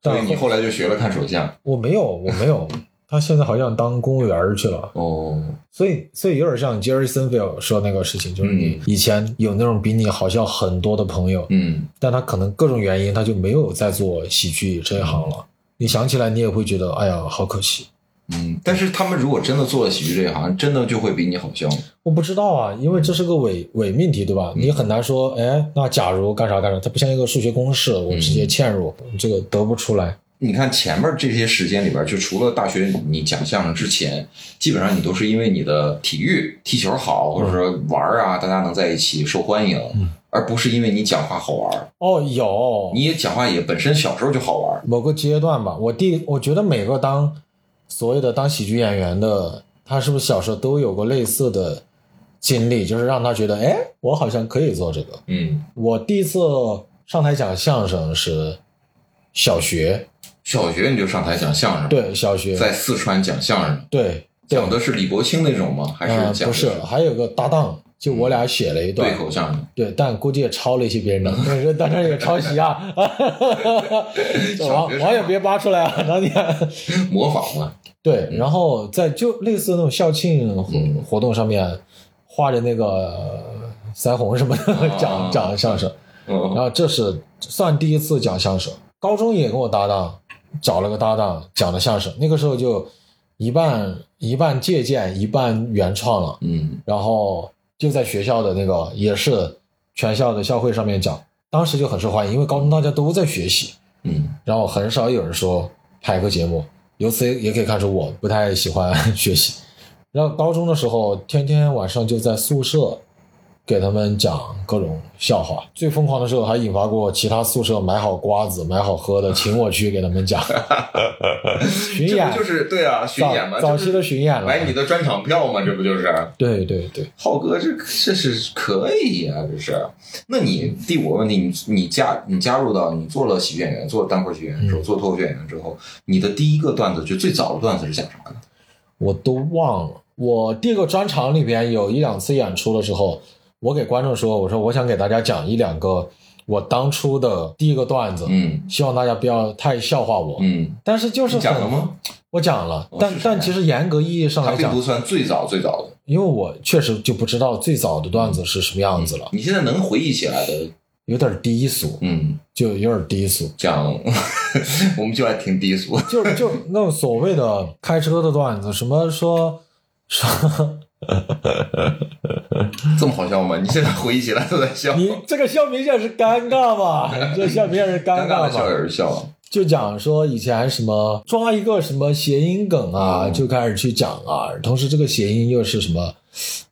Speaker 3: 所以
Speaker 4: 但
Speaker 3: 你后来就学了看手相
Speaker 4: 我没有，我没有。他现在好像当公务员儿去了，
Speaker 3: 哦，
Speaker 4: 所以所以有点像 Jerry Seinfeld 说那个事情，就是你以前有那种比你好笑很多的朋友，
Speaker 3: 嗯
Speaker 4: 但他可能各种原因，他就没有再做喜剧这一行了。你想起来，你也会觉得，哎呀，好可惜。
Speaker 3: 嗯，但是他们如果真的做了喜剧这一行，真的就会比你好笑吗？
Speaker 4: 我不知道啊，因为这是个伪伪命题，对吧？你很难说，哎，那假如干啥干啥，它不像一个数学公式，我直接嵌入，这个得不出来。
Speaker 3: 你看前面这些时间里边，就除了大学你讲相声之前，基本上你都是因为你的体育踢球好，或者说
Speaker 4: 嗯
Speaker 3: 玩儿啊，大家能在一起受欢迎，而不是因为你讲话好玩儿。
Speaker 4: 哦，有
Speaker 3: 你也讲话也本身小时候就好玩儿，
Speaker 4: 某个阶段吧，我第我觉得每个当所谓的当喜剧演员的，他是不是小时候都有过类似的经历，就是让他觉得，哎，我好像可以做这个。
Speaker 3: 嗯，
Speaker 4: 我第一次上台讲相声是小学，
Speaker 3: 小学你就上台讲相声，，
Speaker 4: 对，小学，
Speaker 3: 在四川讲相声，
Speaker 4: 对，对，
Speaker 3: 讲的是李伯清那种吗？还是
Speaker 4: 呃
Speaker 3: 讲的嗯
Speaker 4: 不是，还有个搭档，就我俩写了一段
Speaker 3: 对口相声？
Speaker 4: 对，但估计也抄了一些别人的， 但是当然也抄袭啊。 这
Speaker 3: 小
Speaker 4: 网
Speaker 3: 学生
Speaker 4: 网友别扒出来啊，当年。
Speaker 3: 模仿嘛，
Speaker 4: 对，然后在就类似那种校庆活
Speaker 3: 嗯
Speaker 4: 活动上面，画着那个呃腮红什么的 讲讲相声，然
Speaker 3: 嗯
Speaker 4: 后这是算第一次讲相声。高中也跟我搭档，找了个搭档讲的相声，那个时候就一半一半借鉴，一半原创了。
Speaker 3: 嗯
Speaker 4: 然后就在学校的那个也是全校的校会上面讲，当时就很受欢迎，因为高中大家都在学习，
Speaker 3: 嗯
Speaker 4: 然后很少有人说拍个节目，由此也可以看出我不太喜欢学习。然后高中的时候，天天晚上就在宿舍给他们讲各种笑话，最疯狂的时候还引发过其他宿舍买好瓜子、买好喝的，请我去给他 们讲巡
Speaker 3: 这
Speaker 4: 演
Speaker 3: 不，就是对啊，巡演嘛，
Speaker 4: 早早
Speaker 3: 就是
Speaker 4: 期的巡演了
Speaker 3: 买你的专场票嘛，这不就是？
Speaker 4: 对对对，
Speaker 3: 浩哥，这这是可以呀、这是。那你第五个问题，你你加你加入到你做了喜剧演员，做了单口喜剧演员之后，做脱口秀演员之后，你的第一个段子就最早的段子是讲啥的？
Speaker 4: 我都忘了。我第一个专场里边有一两次演出的时候，我给观众说，我说我想给大家讲一两个我当初的第一个段子，
Speaker 3: 嗯
Speaker 4: 希望大家不要太笑话我。
Speaker 3: 嗯，
Speaker 4: 但是就是
Speaker 3: 你
Speaker 4: 很
Speaker 3: 讲了吗？
Speaker 4: 我讲了
Speaker 3: 哦，
Speaker 4: 但
Speaker 3: 是啥呀
Speaker 4: 但其实严格意义上
Speaker 3: 它
Speaker 4: 来
Speaker 3: 并
Speaker 4: 讲
Speaker 3: 不，算最早最早的。
Speaker 4: 因为我确实就不知道最早的段子是什么样子了，
Speaker 3: 你现在能回忆起来的，
Speaker 4: 有点低俗，
Speaker 3: 嗯，
Speaker 4: 就有点低俗，
Speaker 3: 讲 我们就爱听低俗。
Speaker 4: 就就那种所谓的开车的段子，什么说 说
Speaker 3: 这么好笑吗？你现在回忆起来都在笑，
Speaker 4: 你这个笑明显是尴 尬吧？这笑明显是尴
Speaker 3: 尴尬
Speaker 4: 尬
Speaker 3: 的笑也
Speaker 4: 吧？
Speaker 3: 是笑。
Speaker 4: 就讲说以前什么抓一个什么谐音梗啊，
Speaker 3: 嗯
Speaker 4: 就开始去讲啊，同时这个谐音又是什么？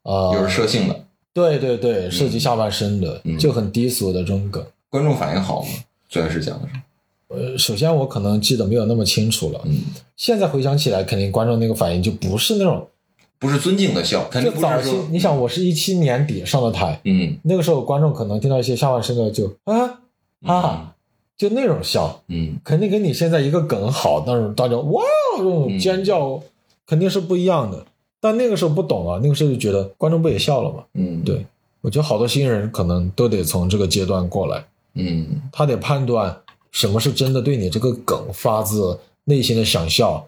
Speaker 4: 呃，
Speaker 3: 又是射性的，
Speaker 4: 对对对，涉及下半身的，
Speaker 3: 嗯
Speaker 4: 就很低俗的这种梗。
Speaker 3: 观众反应好吗？最开始讲的是，
Speaker 4: 呃，首先我可能记得没有那么清楚了，
Speaker 3: 嗯，
Speaker 4: 现在回想起来，肯定观众那个反应就不是那种。
Speaker 3: 不是尊敬的笑，肯
Speaker 4: 就
Speaker 3: 定不
Speaker 4: 早
Speaker 3: 是
Speaker 4: 期
Speaker 3: 说，，
Speaker 4: 你想，我是一七年底上的台，
Speaker 3: 嗯
Speaker 4: 那个时候观众可能听到一些下半身的就啊啊，就那种笑，
Speaker 3: 嗯
Speaker 4: 肯定跟你现在一个梗好那种大家哇哦
Speaker 3: 嗯
Speaker 4: 这种尖叫，肯定是不一样的。但那个时候不懂啊，那个时候就觉得观众不也笑了吗？
Speaker 3: 嗯，
Speaker 4: 对我觉得好多新人可能都得从这个阶段过来，
Speaker 3: 嗯
Speaker 4: 他得判断什么是真的对你这个梗发自内心的想笑，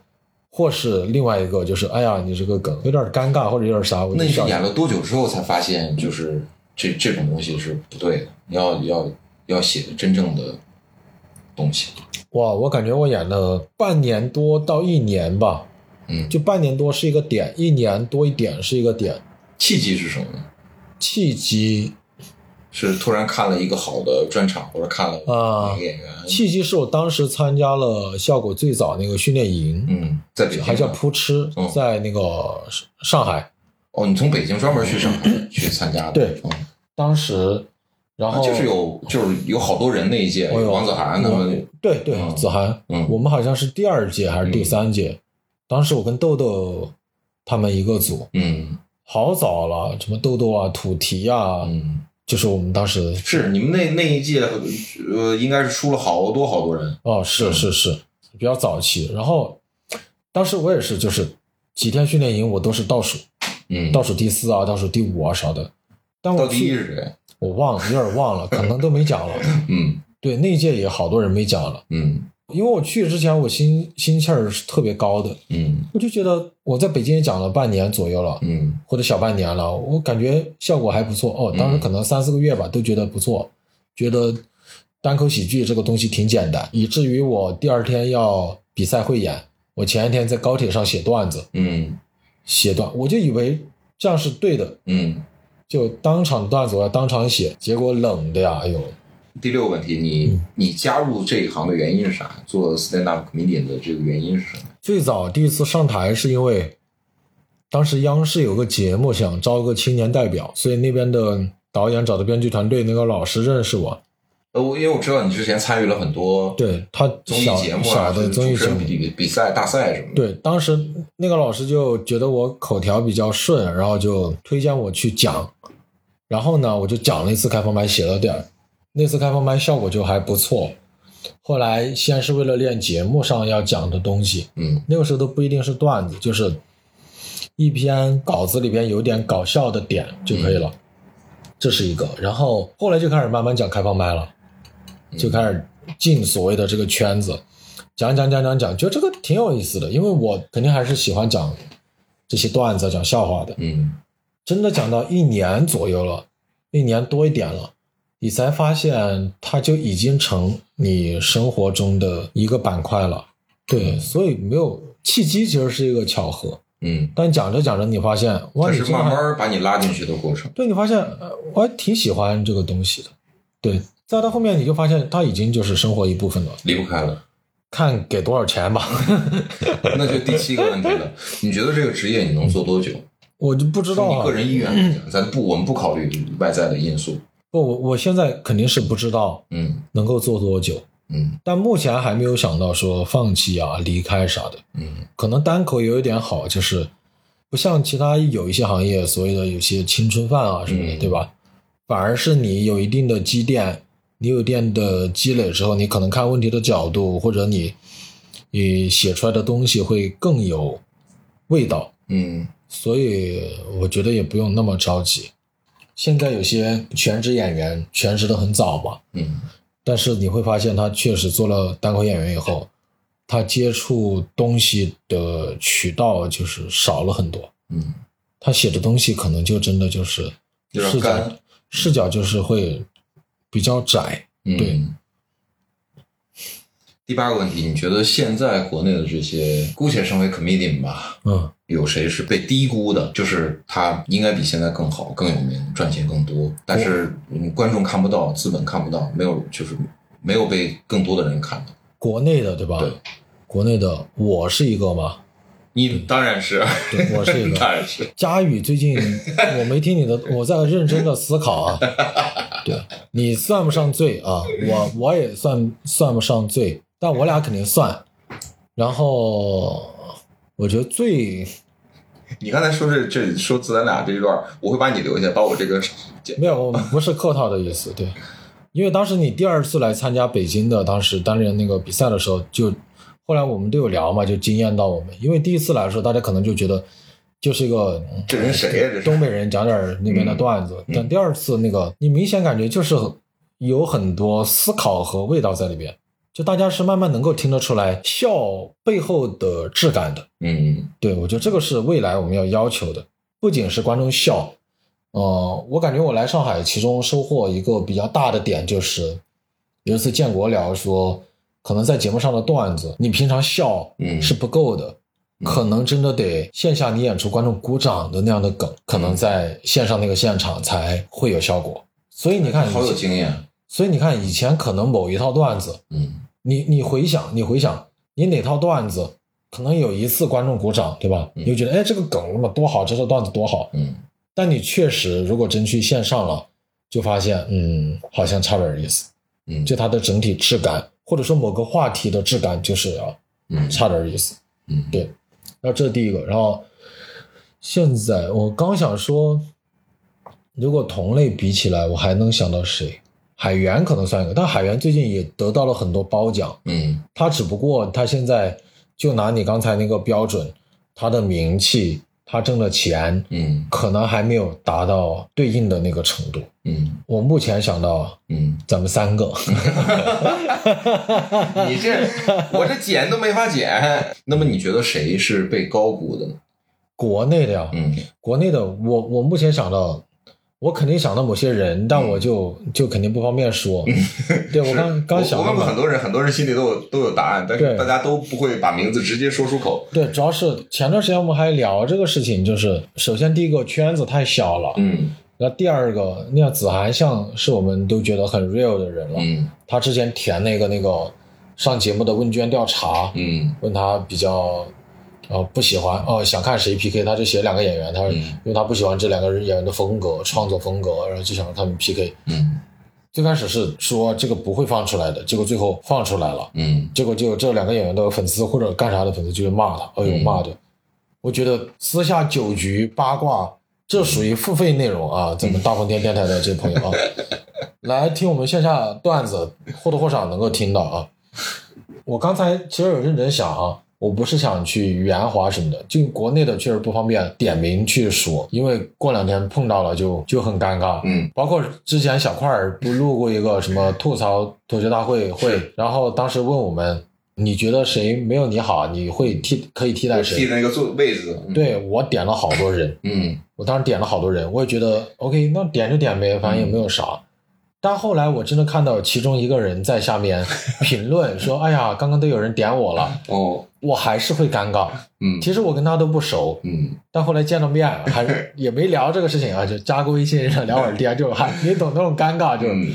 Speaker 4: 或是另外一个就是哎呀你这个梗有点尴尬或者有点啥，我就
Speaker 3: 那你是
Speaker 4: 笑一下
Speaker 3: 演了多久之后才发现，就是这这种东西是不对的？你要要要写真正的东西，
Speaker 4: 哇，我感觉我演了半年多到一年吧，
Speaker 3: 嗯，
Speaker 4: 就半年多是一个点，一年多一点是一个点。
Speaker 3: 契机是什么呢？
Speaker 4: 契机，
Speaker 3: 是突然看了一个好的专场，或者看了
Speaker 4: 啊
Speaker 3: 哪个演员？
Speaker 4: 契机是我当时参加了效果最早那个训练营，
Speaker 3: 嗯，在北京
Speaker 4: 还叫
Speaker 3: 吗
Speaker 4: 扑哧
Speaker 3: 嗯，
Speaker 4: 在那个上上海。
Speaker 3: 哦，你从北京专门去上海去参加的，
Speaker 4: 嗯对
Speaker 3: 嗯
Speaker 4: 当时，然后、
Speaker 3: 啊
Speaker 4: 哎
Speaker 3: 就是有就是有好多人那一届，
Speaker 4: 我有
Speaker 3: 王子涵他们，
Speaker 4: 对对、
Speaker 3: 嗯
Speaker 4: 子涵，
Speaker 3: 嗯
Speaker 4: 我们好像是第二届还是第三届，当时我跟豆豆他们一个组，
Speaker 3: 嗯
Speaker 4: 好早了，什么豆豆啊、土提啊，
Speaker 3: 嗯，
Speaker 4: 就是我们当时
Speaker 3: 是你们那那一届，呃，应该是出了好多好多人，
Speaker 4: 哦，是是是，比较早期。然后当时我也是，就是几天训练营我都是倒数，
Speaker 3: 嗯，
Speaker 4: 倒数第四啊，倒数第五啊啥的。但
Speaker 3: 到
Speaker 4: 我
Speaker 3: 第一
Speaker 4: 去，
Speaker 3: 是谁？
Speaker 4: 我忘了，有点忘了，可能都 没讲了。
Speaker 3: 嗯
Speaker 4: 对，那一届也好多人没讲了，
Speaker 3: 嗯
Speaker 4: 因为我去之前我心心气儿是特别高的，
Speaker 3: 嗯
Speaker 4: 我就觉得我在北京也讲了半年左右了，
Speaker 3: 嗯
Speaker 4: 或者小半年了，我感觉效果还不错哦。当时可能三四个月吧，都觉得不错，觉得单口喜剧这个东西挺简单，以至于我第二天要比赛汇演，我前一天在高铁上写段子，
Speaker 3: 嗯
Speaker 4: 写段我就以为这样是对的，
Speaker 3: 嗯。
Speaker 4: 就当场段子我要当场写，结果冷的呀，哎呦，
Speaker 3: 第六个问题，你
Speaker 4: 嗯
Speaker 3: 你加入这一行的原因是啥？做 stand up comedian 的这个原因是什么？
Speaker 4: 最早第一次上台是因为当时央视有个节目想招个青年代表，所以那边的导演找的编剧团队那个老师认识我，
Speaker 3: 呃，我因为我知道你之前参与了很多
Speaker 4: 对他
Speaker 3: 综艺
Speaker 4: 小
Speaker 3: 节目啊，
Speaker 4: 小的综艺
Speaker 3: 主持
Speaker 4: 节
Speaker 3: 人
Speaker 4: 目。
Speaker 3: 比比赛、大赛什么的。
Speaker 4: 对，当时那个老师就觉得我口条比较顺，然后就推荐我去讲。然后呢，我就讲了一次开放麦，写了点儿。那次开放麦效果就还不错。后来先是为了练节目上要讲的东西，
Speaker 3: 嗯
Speaker 4: 那个时候都不一定是段子，就是一篇稿子里边有点搞笑的点就可以了，这是一个。然后后来就开始慢慢讲开放麦了，就开始进所谓的这个圈子，讲讲讲讲讲，觉得这个挺有意思的，因为我肯定还是喜欢讲这些段子、讲笑话的。
Speaker 3: 嗯
Speaker 4: 真的讲到一年左右了，一年多一点了，你才发现它就已经成你生活中的一个板块了。对，所以没有契机其实是一个巧合，
Speaker 3: 嗯，
Speaker 4: 但讲着讲着你发现，哇，
Speaker 3: 它
Speaker 4: 你
Speaker 3: 是
Speaker 4: 真的
Speaker 3: 慢
Speaker 4: 还
Speaker 3: 慢把你拉进去的过程。
Speaker 4: 对你发现，呃，我还挺喜欢这个东西的。对，再到后面你就发现它已经就是生活一部分了，
Speaker 3: 离不开了，
Speaker 4: 看给多少钱吧。
Speaker 3: 那就第七个问题了。你觉得这个职业你能做多久？
Speaker 4: 我就不 知道
Speaker 3: 从
Speaker 4: 啊
Speaker 3: 你个，人意愿来讲，咱不，我们不考虑外在的因素。
Speaker 4: 不，我我现在肯定是不知道
Speaker 3: 嗯
Speaker 4: 能够做多久，
Speaker 3: 嗯
Speaker 4: 但目前还没有想到说放弃啊、离开啥的。
Speaker 3: 嗯
Speaker 4: 可能单口有一点好，就是不像其他有一些行业所谓的有些青春饭啊什么的，
Speaker 3: 嗯
Speaker 4: 对吧？反而是你有一定的积淀，你有一定的积累之后，你可能看问题的角度，或者你你写出来的东西会更有味道。
Speaker 3: 嗯
Speaker 4: 所以我觉得也不用那么着急。现在有些全职演员全职的很早嘛，
Speaker 3: 嗯
Speaker 4: 但是你会发现，他确实做了单口演员以后，他接触东西的渠道就是少了很多。
Speaker 3: 嗯，
Speaker 4: 他写的东西可能就真的就是
Speaker 3: 有点
Speaker 4: 视角
Speaker 3: 干，
Speaker 4: 视角就是会比较窄。
Speaker 3: 嗯
Speaker 4: 对。
Speaker 3: 第八个问题，你觉得现在国内的这些，姑且称为 comedian 吧，
Speaker 4: 嗯，
Speaker 3: 有谁是被低估的？就是他应该比现在更好、更有名、赚钱更多，但是嗯，观众看不到，资本看不到，没有就是没有被更多的人看到。
Speaker 4: 国内的对吧？
Speaker 3: 对
Speaker 4: 国内的我是一个嘛，
Speaker 3: 你当然是，
Speaker 4: 对，我 是一
Speaker 3: 当
Speaker 4: 个。
Speaker 3: 然是，
Speaker 4: 佳宇最近我没听你的，我在认真的思考啊。对你算不上罪啊，我我也算算不上罪，但我俩肯定算。然后我觉得最
Speaker 3: 你刚才说这这说咱俩这一段，我会把你留下，把我这个剪
Speaker 4: 没有，我不是客套的意思，对，因为当时你第二次来参加北京的，当时担任那个比赛的时候，就后来我们都有聊嘛，就惊艳到我们，因为第一次来的时候，大家可能就觉得就是一个嗯
Speaker 3: 这人谁呀、这是
Speaker 4: 东北人讲点儿那边的段子，但第二次那个你明显感觉就是有很多思考和味道在里边，就大家是慢慢能够听得出来笑背后的质感的。
Speaker 3: 嗯
Speaker 4: 对，我觉得这个是未来我们要要求的，不仅是观众笑，呃，我感觉我来上海，其中收获一个比较大的点就是，有一次建国聊说，可能在节目上的段子，你平常笑
Speaker 3: 嗯
Speaker 4: 是不够的，
Speaker 3: 嗯
Speaker 4: 可能真的得线下你演出观众鼓掌的那样的梗，可
Speaker 3: 嗯
Speaker 4: 能在线上那个现场才会有效果。所以你看，
Speaker 3: 好有经验，
Speaker 4: 所以你看以前可能某一套段子，
Speaker 3: 嗯
Speaker 4: 你你回想，你回想，你哪套段子可能有一次观众鼓掌，对吧？
Speaker 3: 嗯
Speaker 4: 你就觉得哎，这个梗那么多好，这个段子多好。
Speaker 3: 嗯
Speaker 4: 但你确实如果真去线上了，就发现嗯，好像差点意思。
Speaker 3: 嗯，
Speaker 4: 就它的整体质感，或者说某个话题的质感，就是要
Speaker 3: 嗯
Speaker 4: 差点意思。
Speaker 3: 嗯
Speaker 4: 对然后这是第一个，然后现在我刚想说，如果同类比起来，我还能想到谁？海源可能算一个，但海源最近也得到了很多褒奖。
Speaker 3: 嗯
Speaker 4: 他只不过他现在就拿你刚才那个标准，他的名气，他挣的钱，
Speaker 3: 嗯
Speaker 4: 可能还没有达到对应的那个程度。
Speaker 3: 嗯
Speaker 4: 我目前想到
Speaker 3: 嗯，
Speaker 4: 咱们三个，
Speaker 3: 你 这我这剪都没法剪。 那么你觉得谁是被高估的呢？
Speaker 4: 国内的呀，
Speaker 3: 嗯
Speaker 4: 国内的，我我目前想到，我肯定想到某些人，但
Speaker 3: 嗯
Speaker 4: 我就、就肯定不方便说。对我刚刚想
Speaker 3: 我
Speaker 4: 到
Speaker 3: 问过很
Speaker 4: 嘛，
Speaker 3: 多人，很多人心里都有都有答案，但是
Speaker 4: 对
Speaker 3: 大家都不会把名字直接说出口。
Speaker 4: 对，主要是前段时间我们还聊这个事情，就是首先第一个圈子太小了，
Speaker 3: 嗯
Speaker 4: 那第二个，那子涵像是我们都觉得很 real 的人了。
Speaker 3: 嗯
Speaker 4: 他之前填那个那个上节目的问卷调查，
Speaker 3: 嗯
Speaker 4: 问他比较呃不喜欢哦、想看谁 PK，他就写两个演员，他、
Speaker 3: 嗯
Speaker 4: 因为他不喜欢这两个人演员的风格、创作风格，然后就想让他们 PK。
Speaker 3: 嗯
Speaker 4: 最开始是说这个不会放出来的，结果最后放出来了，
Speaker 3: 嗯
Speaker 4: 结果就有这两个演员的粉丝或者干啥的粉丝就会骂他，哎呦
Speaker 3: 嗯
Speaker 4: 骂的。我觉得私下酒局八卦，这属于付费内容啊！咱们大风天电台的这朋友啊，来听我们线下段子，或多或少能够听到啊。我刚才其实有认真想啊，我不是想去圆滑什么的，就国内的确实不方便点名去说，因为过两天碰到了就就很尴尬。
Speaker 3: 嗯，
Speaker 4: 包括之前小块儿不录过一个什么吐槽脱学大会会，然后当时问我们，你觉得谁没有你好，你会替可以替代
Speaker 3: 嗯，
Speaker 4: 谁？
Speaker 3: 替那个座位置。嗯，
Speaker 4: 对我点了好多人，
Speaker 3: 嗯嗯
Speaker 4: 我当时点了好多人，我也觉得 OK，那点就点呗，反正也没有啥。但后来我真的看到其中一个人在下 面评论说：“哎呀，刚刚都有人点我了。
Speaker 3: 哦，”
Speaker 4: 我还是会尴尬。
Speaker 3: 嗯
Speaker 4: 其实我跟他都不熟，
Speaker 3: 嗯，
Speaker 4: 但后来见了面，还是也没聊这个事情啊，就加过微信上聊会儿天，就还你懂那种尴尬，就
Speaker 3: 嗯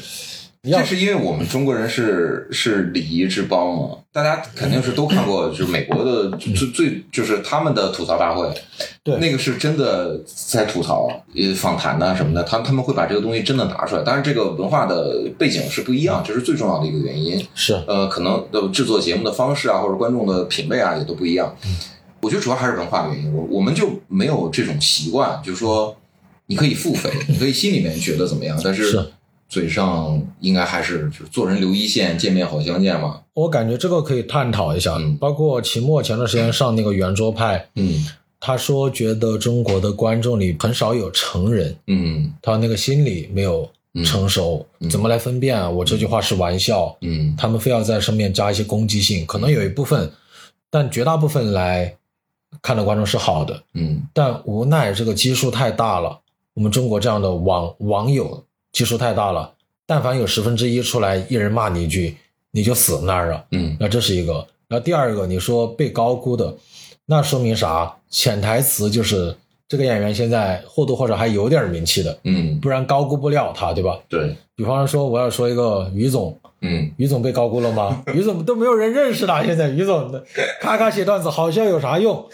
Speaker 4: 要
Speaker 3: 这是因为我们中国人是是礼仪之邦嘛，大家肯定是都看过，就是美国的最最就是他们的吐槽大会，
Speaker 4: 嗯对
Speaker 3: 那个是真的在吐槽，呃，访谈呐、什么的，他他们会把这个东西真的拿出来，当然这个文化的背景是不一
Speaker 4: 嗯
Speaker 3: 样，这是最重要的一个原因。
Speaker 4: 是
Speaker 3: 呃，可能的制作节目的方式啊，或者观众的品味啊，也都不一样。我觉得主要还是文化原因，我我们就没有这种习惯，就是说你可以腹诽，你可以心里面觉得怎么样，但
Speaker 4: 是
Speaker 3: 是嘴上应该还是就是做人留一线，见面好相见嘛。
Speaker 4: 我感觉这个可以探讨一下。
Speaker 3: 嗯
Speaker 4: 包括秦末前段时间上那个圆桌派，
Speaker 3: 嗯
Speaker 4: 他说觉得中国的观众里很少有成人，
Speaker 3: 嗯
Speaker 4: 他那个心理没有成熟，
Speaker 3: 嗯
Speaker 4: 怎么来分辨啊？我这句话是玩笑，
Speaker 3: 嗯
Speaker 4: 他们非要在上面加一些攻击性，可能有一部分，但绝大部分来看的观众是好的，
Speaker 3: 嗯
Speaker 4: 但无奈这个基数太大了，我们中国这样的网网友基数太大了，但凡有十分之一出来，一人骂你一句，你就死那儿了。
Speaker 3: 嗯
Speaker 4: 那这是一个。然后第二个，你说被高估的，那说明啥？潜台词就是这个演员现在或多或少还有点名气的，
Speaker 3: 嗯，
Speaker 4: 不然高估不了他，对吧？
Speaker 3: 对，
Speaker 4: 比方说，我要说一个于总，
Speaker 3: 嗯
Speaker 4: 于总被高估 了吗？于总都没有人认识他，现在于总的咔咔写段子，好笑有啥用？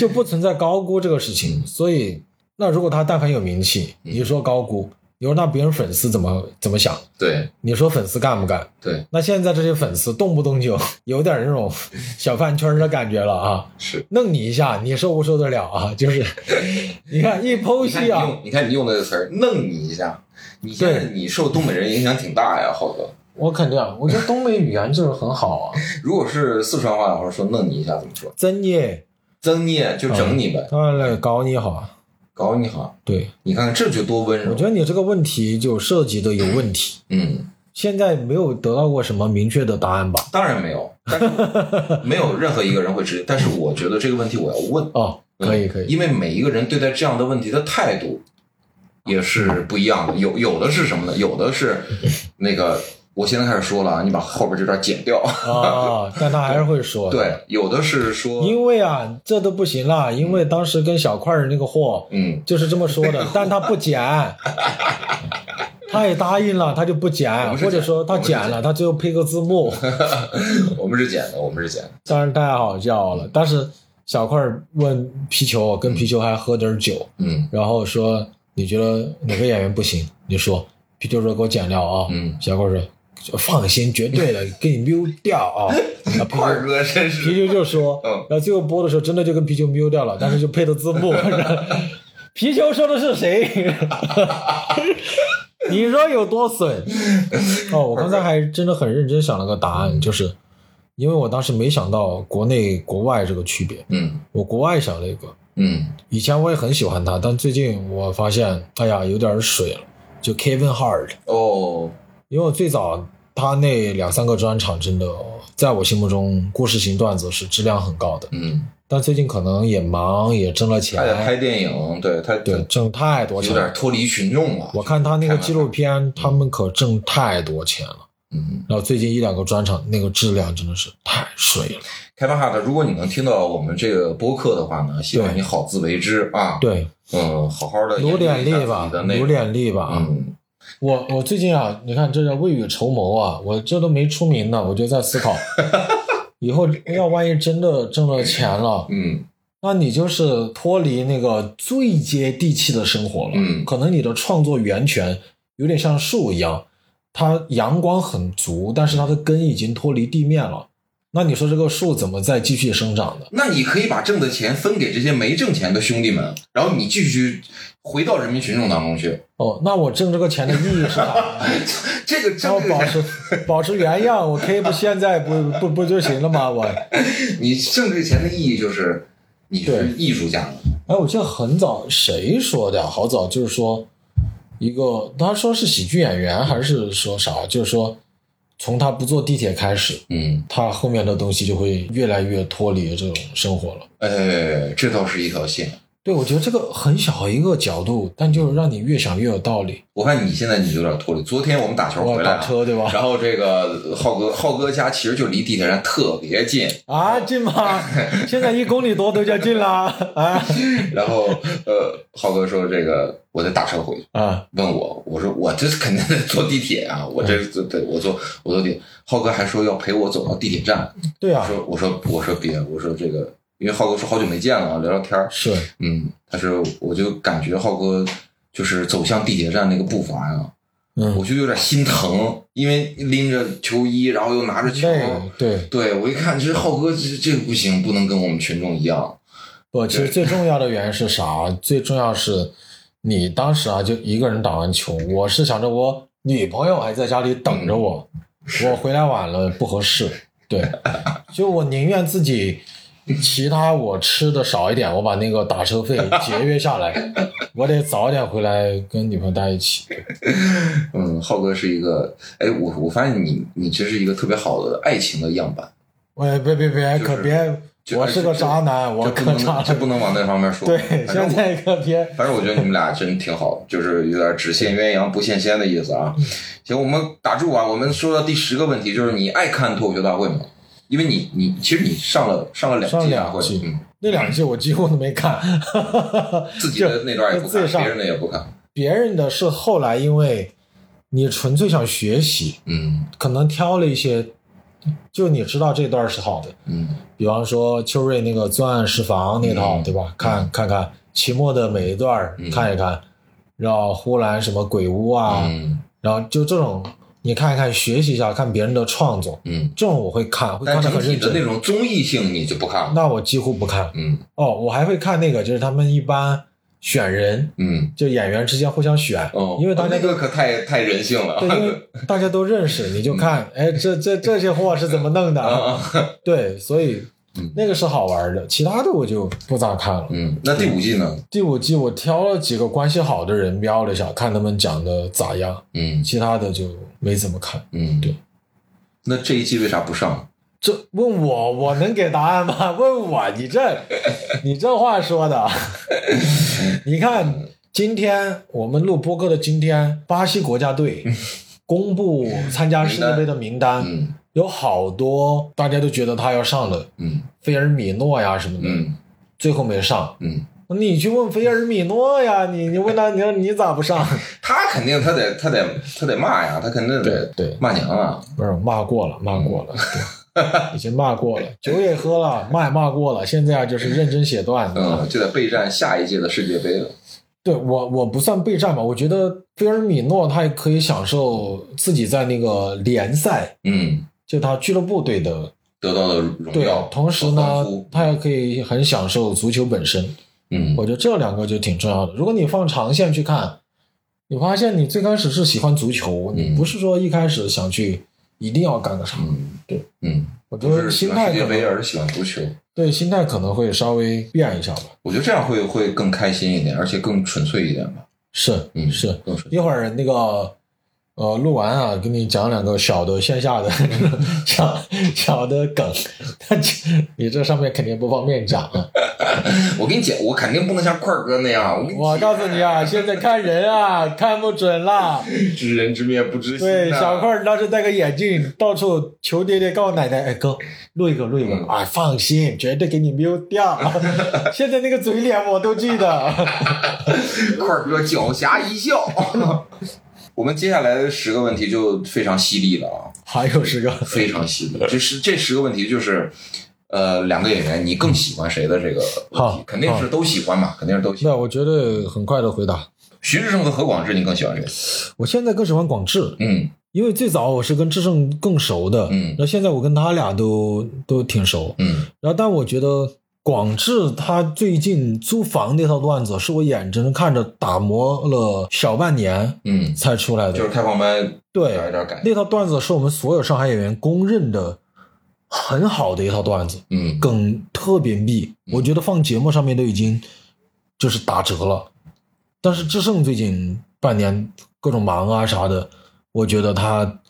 Speaker 4: 就不存在高估这个事情。所以，那如果他但凡有名气，
Speaker 3: 嗯
Speaker 4: 你说高估，你说那别人粉丝怎么怎么想？
Speaker 3: 对
Speaker 4: 你说粉丝干不干？
Speaker 3: 对
Speaker 4: 那现在这些粉丝动不动就 有点那种小饭圈的感觉了啊，
Speaker 3: 是。
Speaker 4: 弄你一下，你受不受得了啊？就是，你看一剖
Speaker 3: 你看你
Speaker 4: 析啊，
Speaker 3: 用，你看你用的词儿，弄你一下，你现在
Speaker 4: 对
Speaker 3: 你受东北人影响挺大呀，浩哥。
Speaker 4: 我肯定，啊我觉得东北语言就是很好啊，
Speaker 3: 如果是四川话的话，说弄你一下怎么说？
Speaker 4: 真耶，
Speaker 3: 增你就整你呗，
Speaker 4: 当然了，搞你好啊，
Speaker 3: 搞你好。
Speaker 4: 对，
Speaker 3: 你看看这就多温
Speaker 4: 我
Speaker 3: 柔
Speaker 4: 觉。得你这个问题就涉及的有问题，
Speaker 3: 嗯，
Speaker 4: 现在没有得到过什么明确的答案吧？
Speaker 3: 当然没有，但 是没有任何一个人会直接。但是我觉得这个问题我要问，
Speaker 4: 哦，可以可以，
Speaker 3: 因为每一个人对待这样的问题的态度也
Speaker 4: 哦
Speaker 3: 是不一样的。有有的是什么呢？有的是那个，我现在开始说了啊，你把后边这段剪掉。
Speaker 4: 啊，但他还是会说，，
Speaker 3: 嗯对，有的是说，
Speaker 4: 因为啊，这都不行啦，因为当时跟小块儿那个货，
Speaker 3: 嗯，
Speaker 4: 就是这么说 的，但他不剪，他也答应了，他就不剪
Speaker 3: 我，们是
Speaker 4: 或者
Speaker 3: 剪
Speaker 4: 说他剪
Speaker 3: 我们是嗯
Speaker 4: 了，他最后配个字幕，
Speaker 3: 我们是剪的，我们是剪的。
Speaker 4: 当然太好笑了。但是小块儿问皮球，跟皮球还喝点酒，
Speaker 3: 嗯
Speaker 4: 然后说你觉得哪个演员不行？你说皮球说给我剪掉啊，
Speaker 3: 嗯
Speaker 4: 小块儿说放心，绝 对的，给你溜掉啊，啊皮球
Speaker 3: 块儿哥真是
Speaker 4: 皮球就说，
Speaker 3: 嗯
Speaker 4: 然后最后播的时候真的就跟皮球瞄掉了，但是就配的 字幕。皮球说的是谁？你说有多损？哦，我 刚才还真的很认真想了个答案，就是因为我当时没想到国内国外这个区别，
Speaker 3: 嗯
Speaker 4: 我国外想了一个，
Speaker 3: 嗯
Speaker 4: 以前我也很喜欢他，但最近我发现，哎呀，有点水了，就 Kevin Hart，
Speaker 3: 哦
Speaker 4: 因为我最早。他那两三个专场真的，在我心目中，故事型段子是质量很高的。
Speaker 3: 嗯，
Speaker 4: 但最近可能也忙，也挣了
Speaker 3: 他也拍
Speaker 4: 钱，
Speaker 3: 电影，对他
Speaker 4: 对，挣太多
Speaker 3: 有
Speaker 4: 钱
Speaker 3: 点
Speaker 4: 了。
Speaker 3: 脱离群众了。
Speaker 4: 我看他那个纪录片，他们可挣太多钱了。
Speaker 3: 嗯，
Speaker 4: 然后最近一两个专场，那个质量真的是太水了。
Speaker 3: 开发哈的，如果你能听到我们这个播客的话呢，希望
Speaker 4: 对
Speaker 3: 你好自为之啊。，
Speaker 4: 对，
Speaker 3: 嗯，好好的
Speaker 4: 努点力吧，努点
Speaker 3: 力。
Speaker 4: 力吧。
Speaker 3: 嗯
Speaker 4: 我我最近啊，你看这叫未雨绸缪啊，我这都没出名呢，我就在思考，以后要万一真的挣了钱了，
Speaker 3: 嗯
Speaker 4: 那你就是脱离那个最接地气的生活了。
Speaker 3: 嗯
Speaker 4: 可能你的创作源泉有点像树一样，它阳光很足，但是它的根已经脱离地面了。那你说这个树怎么再继续生长呢？
Speaker 3: 那你可以把挣的钱分给这些没挣钱的兄弟们，然后你继续回到人民群众当中去。
Speaker 4: 哦，那我挣这个钱的意义是啥？
Speaker 3: 这个
Speaker 4: 让我
Speaker 3: 挣这
Speaker 4: 保
Speaker 3: 个钱，
Speaker 4: 持保持原样，我可以不现在不不不就行了吗？我哎，
Speaker 3: 你挣这个钱的意义就是你
Speaker 4: 对
Speaker 3: 是艺术家了。
Speaker 4: 哎我记得很早谁说的啊？好早就是说一个，他说是喜剧演员还是说啥？就是说从他不坐地铁开始，
Speaker 3: 嗯，
Speaker 4: 他后面的东西就会越来越脱离这种生活了。
Speaker 3: 哎，这倒是一条线。
Speaker 4: 对，我觉得这个很小一个角度，但就让你越想越有道理。
Speaker 3: 我看你现在你有点脱离。昨天我们打球回来
Speaker 4: 我
Speaker 3: 啊
Speaker 4: 打车对吧
Speaker 3: 然后这个浩哥，浩哥家其实就离地铁站特别近，
Speaker 4: 啊，近吗？现在一公里多都叫近啦！啊
Speaker 3: 然后呃，浩哥说这个我得打车回去，
Speaker 4: 啊，
Speaker 3: 问我，我说我这肯定得坐地铁啊，我这
Speaker 4: 嗯
Speaker 3: 这这我坐我坐地铁。浩哥还说要陪我走到地铁站，
Speaker 4: 对
Speaker 3: 我
Speaker 4: 啊，
Speaker 3: 说我说我说别，我说这个，因为浩哥说好久没见了，啊聊聊天儿
Speaker 4: 是
Speaker 3: 嗯，但是我就感觉浩哥就是走向地铁站那个步伐呀、
Speaker 4: 嗯，
Speaker 3: 我就有点心疼，因为拎着球衣，然后又拿着球。
Speaker 4: 那个对
Speaker 3: 对，我一看，这浩哥这这个不行，不能跟我们群众一样。
Speaker 4: 不，其实最重要的原因是啥？最重要是你当时啊，就一个人打完球，我是想着我女朋友还在家里等着我，
Speaker 3: 嗯
Speaker 4: 我回来晚了不合适。 对，就我宁愿自己。其他我吃的少一点，我把那个 打车费节约下来，我得早点回来跟女朋友待一起。
Speaker 3: 嗯，浩哥是一个，哎，我我发现你你这是一个特别好的爱情的样板。
Speaker 4: 喂，别别别，
Speaker 3: 就是
Speaker 4: 可别！
Speaker 3: 就
Speaker 4: 我是个渣男，我
Speaker 3: 这
Speaker 4: 可
Speaker 3: 不能
Speaker 4: 渣
Speaker 3: 这不
Speaker 4: 男。
Speaker 3: 能往那方面说。
Speaker 4: 对，
Speaker 3: 反正
Speaker 4: 现在可别。
Speaker 3: 反正我觉得你们俩真挺好，就是有点只羡鸳鸯不羡仙的意思啊。
Speaker 4: 嗯
Speaker 3: 行，我们打住啊，我们说到第十个问题，就是你爱看脱口秀大会吗？因为你你其实你上了上了两
Speaker 4: 上
Speaker 3: 季
Speaker 4: 两
Speaker 3: 大会
Speaker 4: 季，
Speaker 3: 嗯，
Speaker 4: 那两季我几乎都没看，
Speaker 3: 自己的那段也不
Speaker 4: 自
Speaker 3: 看，
Speaker 4: 己上
Speaker 3: 别人的也不看，
Speaker 4: 别人的是后来因为你纯粹想学习，
Speaker 3: 嗯
Speaker 4: 可能挑了一些，就你知道这段是好的，
Speaker 3: 嗯
Speaker 4: 比方说秋瑞那个《钻石房》那套，
Speaker 3: 嗯
Speaker 4: 对吧？看看看期末的每一段儿
Speaker 3: 嗯
Speaker 4: 看一看，然后呼兰什么鬼屋啊，
Speaker 3: 嗯
Speaker 4: 然后就这种你看一看学习一下，看别人的创作，
Speaker 3: 嗯，
Speaker 4: 这种我会看，会
Speaker 3: 但
Speaker 4: 看得
Speaker 3: 整
Speaker 4: 很
Speaker 3: 体
Speaker 4: 认
Speaker 3: 的
Speaker 4: 真
Speaker 3: 那。种综艺性你就不看了，
Speaker 4: 那我几乎不看
Speaker 3: 嗯
Speaker 4: 哦，我还会看那个，就是他们一般选人，
Speaker 3: 嗯
Speaker 4: 就演员之间互相选，
Speaker 3: 哦，
Speaker 4: 因为大家
Speaker 3: 那
Speaker 4: 都、
Speaker 3: 个可太太人性了，
Speaker 4: 对，因为大家都认识，你就看，哎，这这这些货是怎么弄 的？
Speaker 3: 嗯 啊，
Speaker 4: 对，所以
Speaker 3: 嗯
Speaker 4: 那个是好玩的，其他的我就不咋看了。
Speaker 3: 嗯，那第五季呢？
Speaker 4: 第五季我挑了几个关系好的人瞄了一下，看他们讲的咋样，
Speaker 3: 嗯
Speaker 4: 其他的就没怎么看。
Speaker 3: 嗯，
Speaker 4: 对。
Speaker 3: 那这一季为啥不上？
Speaker 4: 这问我，我能给答案吗？ 问我，你这，你这话说的， 你看，今天我们录播客的今天，巴西国家队公布参加世界杯的名单，
Speaker 3: 嗯
Speaker 4: 有好多大家都觉得他要上的，
Speaker 3: 嗯
Speaker 4: 菲尔米诺呀什么的，
Speaker 3: 嗯
Speaker 4: 最后没上。
Speaker 3: 嗯，
Speaker 4: 你去问菲尔米诺呀，你你问他，你说你咋不上？
Speaker 3: 他肯定他得他得他得骂呀，他肯定得
Speaker 4: 对对
Speaker 3: 骂娘啊。
Speaker 4: 不是骂过了，骂过了，对，已经骂过了，酒也喝了，骂也骂过了，现在啊就是认真写段子。
Speaker 3: 嗯，就得备战下一届的世界杯了。
Speaker 4: 对我，我不算备战吧，我觉得菲尔米诺他也可以享受自己在那个联赛，
Speaker 3: 嗯，
Speaker 4: 就他俱乐部队的
Speaker 3: 得到的荣
Speaker 4: 对
Speaker 3: 耀，，
Speaker 4: 同时
Speaker 3: 和
Speaker 4: 呢
Speaker 3: 啊欢呼，
Speaker 4: 他也可以很享受足球本身。
Speaker 3: 嗯
Speaker 4: 我觉得这两个就挺重要的。如果你放长线去看，你发现你最开始是喜欢足球，你不是说一开始想去一定要干个啥。
Speaker 3: 嗯，
Speaker 4: 对，
Speaker 3: 嗯，
Speaker 4: 我觉
Speaker 3: 不
Speaker 4: 得
Speaker 3: 是喜
Speaker 4: 心
Speaker 3: 欢
Speaker 4: 态
Speaker 3: 世界
Speaker 4: 可
Speaker 3: 杯，啊
Speaker 4: 能
Speaker 3: 而是喜欢足球。
Speaker 4: 对心态可能会稍微变一下吧。
Speaker 3: 我觉得这样会会更开心一点，而且更纯粹一点吧。
Speaker 4: 是，
Speaker 3: 嗯，
Speaker 4: 是，
Speaker 3: 更纯粹。
Speaker 4: 一会儿那个呃录完啊，给你讲两个小的线下 的小小的梗， 但这你这上面肯定不方便讲啊。
Speaker 3: 我跟你讲，我肯定不能像块儿哥那样，我跟你
Speaker 4: 我告诉你啊，现在看人啊看不准 啦。
Speaker 3: 知人知面不知心、啊。
Speaker 4: 对，小块儿当时戴个眼镜，到处求爹爹告奶奶，哎哥，录一个录一个，
Speaker 3: 嗯
Speaker 4: 啊，放心，绝对给你瞄 掉。现在那个嘴脸我都记得。
Speaker 3: 块儿哥狡黠一笑。 我们接下来的十个问题就非常犀利了啊，
Speaker 4: 还有十个，
Speaker 3: 非常犀利。这是这十个问题就是，呃，两个演员你更喜欢谁的这个问题
Speaker 4: 好，
Speaker 3: 肯定是都喜欢嘛，肯定是都喜欢。
Speaker 4: 那我觉得很快的回答。
Speaker 3: 徐志胜和何广智，你更喜欢谁？
Speaker 4: 我现在更喜欢广智，
Speaker 3: 嗯
Speaker 4: 因为最早我是跟志胜更熟的，
Speaker 3: 嗯
Speaker 4: 那现在我跟他俩都都挺熟，
Speaker 3: 嗯
Speaker 4: 然后但我觉得广智他最近租房那套段子是我眼睁睁看着打磨了小半年
Speaker 3: 嗯，
Speaker 4: 才出来的，
Speaker 3: 就是开放麦
Speaker 4: 对，
Speaker 3: 有点改。
Speaker 4: 那套段子是我们所有上海演员公认的很好的一套段子，
Speaker 3: 嗯
Speaker 4: 梗特别密，我觉得放节目上面都已经就是打折了。但是志胜最近半年各种忙啊啥的，我觉得他，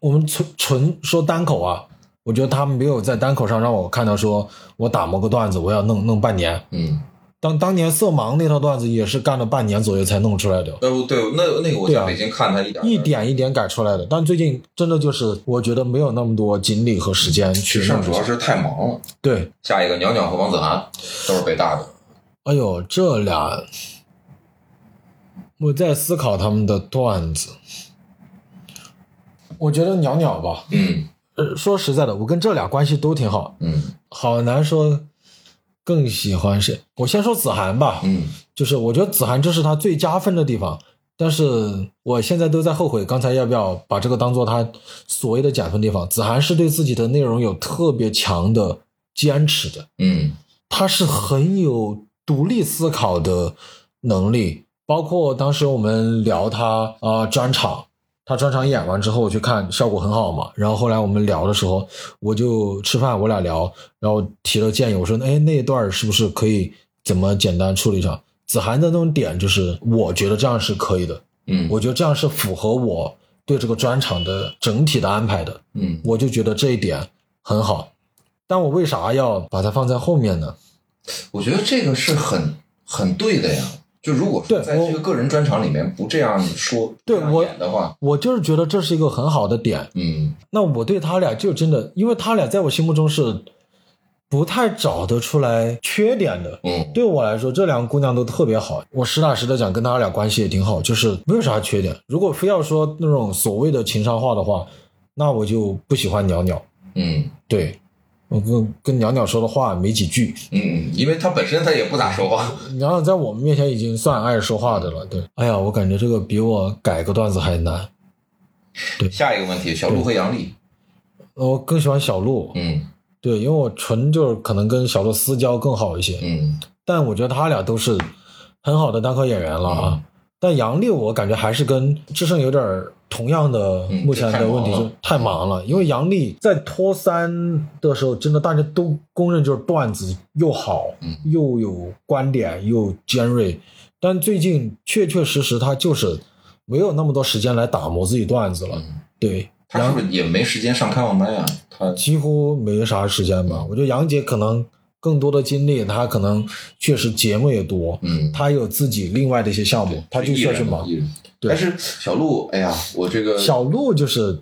Speaker 4: 我们纯纯说单口啊，我觉得他没有在单口上让我看到说我打磨个段子，我要弄弄半年。
Speaker 3: 嗯
Speaker 4: 当当年色盲那套段子也是干了半年左右才弄出来的，
Speaker 3: 呃，对，那那个我
Speaker 4: 对
Speaker 3: 在
Speaker 4: 啊
Speaker 3: 北京看他一点
Speaker 4: 一点一点改出来的。但最近真的就是，我觉得没有那么多精力和时间去
Speaker 3: 只是
Speaker 4: 弄
Speaker 3: 主
Speaker 4: 这
Speaker 3: 要
Speaker 4: 些。
Speaker 3: 是太忙了。
Speaker 4: 对，
Speaker 3: 下一个鸟鸟和王子涵都是北大的，
Speaker 4: 哎呦，这俩，我在思考他们的段子。我觉得鸟鸟吧，
Speaker 3: 嗯
Speaker 4: 呃，说实在的，我跟这俩关系都挺好，
Speaker 3: 嗯
Speaker 4: 好难说更喜欢谁。我先说子涵吧，
Speaker 3: 嗯，
Speaker 4: 就是我觉得子涵这是他最加分的地方，但是我现在都在后悔刚才要不要把这个当做他所谓的减分地方。子涵是对自己的内容有特别强的坚持的，
Speaker 3: 嗯
Speaker 4: 他是很有独立思考的能力，包括当时我们聊他啊、呃专场。他专场演完之后，我去看效果很好嘛。然后后来我们聊的时候，我就吃饭，我俩聊，然后提了建议，我说：“哎，那一段儿是不是可以怎么简单处理上？”子涵的那种点就是，我觉得这样是可以的，
Speaker 3: 嗯
Speaker 4: 我觉得这样是符合我对这个专场的整体的安排的。
Speaker 3: 嗯
Speaker 4: 我就觉得这一点很好。但我为啥要把它放在后面呢？
Speaker 3: 我觉得这个是很很对的呀。就如果说
Speaker 4: 对
Speaker 3: 在这个个人专场里面不这样说、
Speaker 4: 对
Speaker 3: 这样
Speaker 4: 我
Speaker 3: 演的话，
Speaker 4: 我就是觉得这是一个很好的点。
Speaker 3: 嗯
Speaker 4: 那我对他俩就真的，因为他俩在我心目中是不太找得出来缺点的。
Speaker 3: 嗯
Speaker 4: 对我来说，这两个姑娘都特别好。我实打实的讲，跟她俩关系也挺好，就是没有啥缺点。如果非要说那种所谓的情商话的话，那我就不喜欢鸟鸟。
Speaker 3: 嗯
Speaker 4: 对，我跟跟鸟鸟说的话没几句。
Speaker 3: 嗯嗯，因为他本身他也不咋说话，
Speaker 4: 然后在我们面前已经算爱说话的了。对，哎呀，我感觉这个比我改个段子还难。
Speaker 3: 下一个问题，小鹿和杨笠。
Speaker 4: 我更喜欢小鹿，
Speaker 3: 嗯
Speaker 4: 对，因为我纯就是可能跟小鹿私交更好一些。
Speaker 3: 嗯
Speaker 4: 但我觉得他俩都是很好的单口演员了
Speaker 3: 嗯
Speaker 4: 啊。但杨笠，我感觉还是跟志胜有点儿同样的
Speaker 3: 嗯
Speaker 4: 目前的问题，
Speaker 3: 太忙了
Speaker 4: 就太忙了。因为杨笠在脱三的时候，真的大家都公认就是段子又好
Speaker 3: 嗯，
Speaker 4: 又有观点，又尖锐。但最近确确实实他就是没有那么多时间来打磨自己段子了。
Speaker 3: 嗯，
Speaker 4: 对，
Speaker 3: 他是不是也没时间上开放麦啊？他
Speaker 4: 几乎没啥时间
Speaker 3: 嗯
Speaker 4: 吧。我觉得杨姐可能更多的精力，她可能确实节目也多，
Speaker 3: 嗯，
Speaker 4: 她有自己另外的一些项目，她就需要去忙
Speaker 3: 艺。人。
Speaker 4: 对
Speaker 3: 但是小鹿，哎呀，我这个
Speaker 4: 小鹿就是，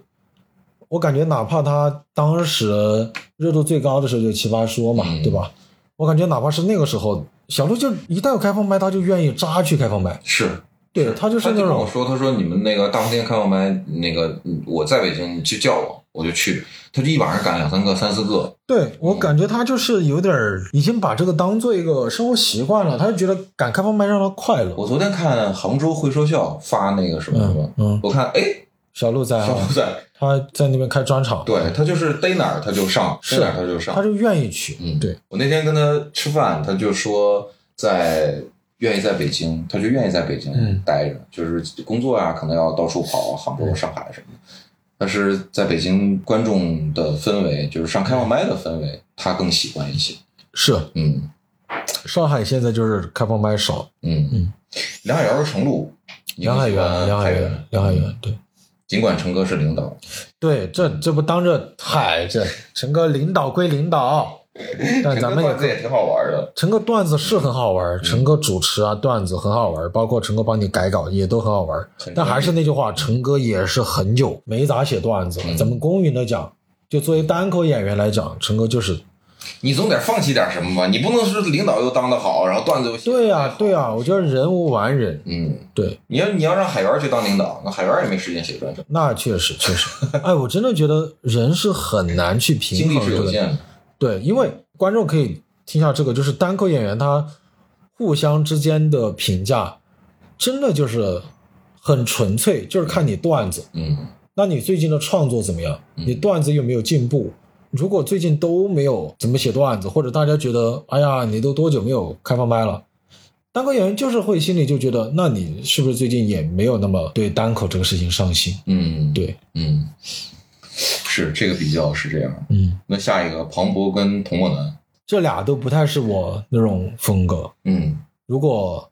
Speaker 4: 我感觉哪怕她当时热度最高的时候就奇葩说嘛，
Speaker 3: 嗯
Speaker 4: 对吧？我感觉哪怕是那个时候，小鹿就一旦有开放麦，她就愿意扎去开放麦。
Speaker 3: 是
Speaker 4: 对她就是
Speaker 3: 他
Speaker 4: 那
Speaker 3: 就跟我
Speaker 4: 种，
Speaker 3: 说，他说你们那个大饭店开放麦，那个嗯我在北京，你去叫我，我就去。他就一晚上赶两三个、三四个。
Speaker 4: 对我感觉她就是有点儿已经把这个当做一个生活习惯了，她就觉得赶开放麦让她快乐。
Speaker 3: 我昨天看杭州会说笑发那个什么什么
Speaker 4: 嗯，嗯，
Speaker 3: 我看哎，
Speaker 4: 小鹿在啊
Speaker 3: 小鹿在，
Speaker 4: 他在那边开专场，
Speaker 3: 对他就是逮哪儿他就上，逮
Speaker 4: 是
Speaker 3: 哪儿他就上
Speaker 4: 他。就愿意去。
Speaker 3: 嗯
Speaker 4: 对，
Speaker 3: 我那天跟他吃饭，他就说在愿意在北京，他就愿意在北京
Speaker 4: 嗯
Speaker 3: 待着，就是工作啊，可能要到处跑，杭州、上海什么的。但是在北京，观众的氛围就是上开放麦的氛围，他更喜欢一些。
Speaker 4: 是
Speaker 3: 嗯
Speaker 4: 上海现在就是开放麦少，
Speaker 3: 嗯
Speaker 4: 嗯。
Speaker 3: 梁海源和程璐，你
Speaker 4: 梁海
Speaker 3: 喜欢
Speaker 4: 源，梁海
Speaker 3: 海
Speaker 4: 源，梁海
Speaker 3: 嗯
Speaker 4: 源，对
Speaker 3: 尽管程哥是领导，
Speaker 4: 对，这
Speaker 3: 嗯
Speaker 4: 这不当着嗨，这陈哥领导归 领导，但咱
Speaker 3: 陈哥
Speaker 4: 们也
Speaker 3: 段子也嗯挺好玩的。
Speaker 4: 陈哥段子是很好玩，陈哥主持啊段子很好玩，包括陈哥帮你改稿也都很好玩
Speaker 3: 很。
Speaker 4: 但还是那句话，陈哥也是很久没咋写段子
Speaker 3: 嗯
Speaker 4: 了。咱们公允的讲，就作为单口演员来讲，陈哥就是
Speaker 3: 你总得放弃点什么吧？你不能是领导又当的好，然后段子又写得
Speaker 4: 对呀、
Speaker 3: 好
Speaker 4: 对呀、我觉得人无完人，
Speaker 3: 嗯，
Speaker 4: 对。
Speaker 3: 你要你要让海源去当领导，那海源也没时间写专场，
Speaker 4: 那确实确实，哎，我真的觉得人是很难去
Speaker 3: 精
Speaker 4: 平
Speaker 3: 力
Speaker 4: 衡
Speaker 3: 是
Speaker 4: 这
Speaker 3: 有
Speaker 4: 个。
Speaker 3: 限的。
Speaker 4: 对，因为观众可以听一下这个，就是单口演员他互相之间的评价，真的就是很纯粹，就是看你段子。
Speaker 3: 嗯
Speaker 4: 那你最近的创作怎么样？
Speaker 3: 嗯
Speaker 4: 你段子有没有进步？如果最近都没有怎么写段子，或者大家觉得，哎呀，你都多久没有开放麦了？单口演员就是会心里就觉得，那你是不是最近也没有那么对单口这个事情上心？
Speaker 3: 嗯，，
Speaker 4: 对，
Speaker 3: 嗯，是这个比较是这样。
Speaker 4: 嗯。
Speaker 3: 那下一个庞博跟童漠南，
Speaker 4: 这俩都不太是我那种风格。
Speaker 3: 嗯
Speaker 4: 如果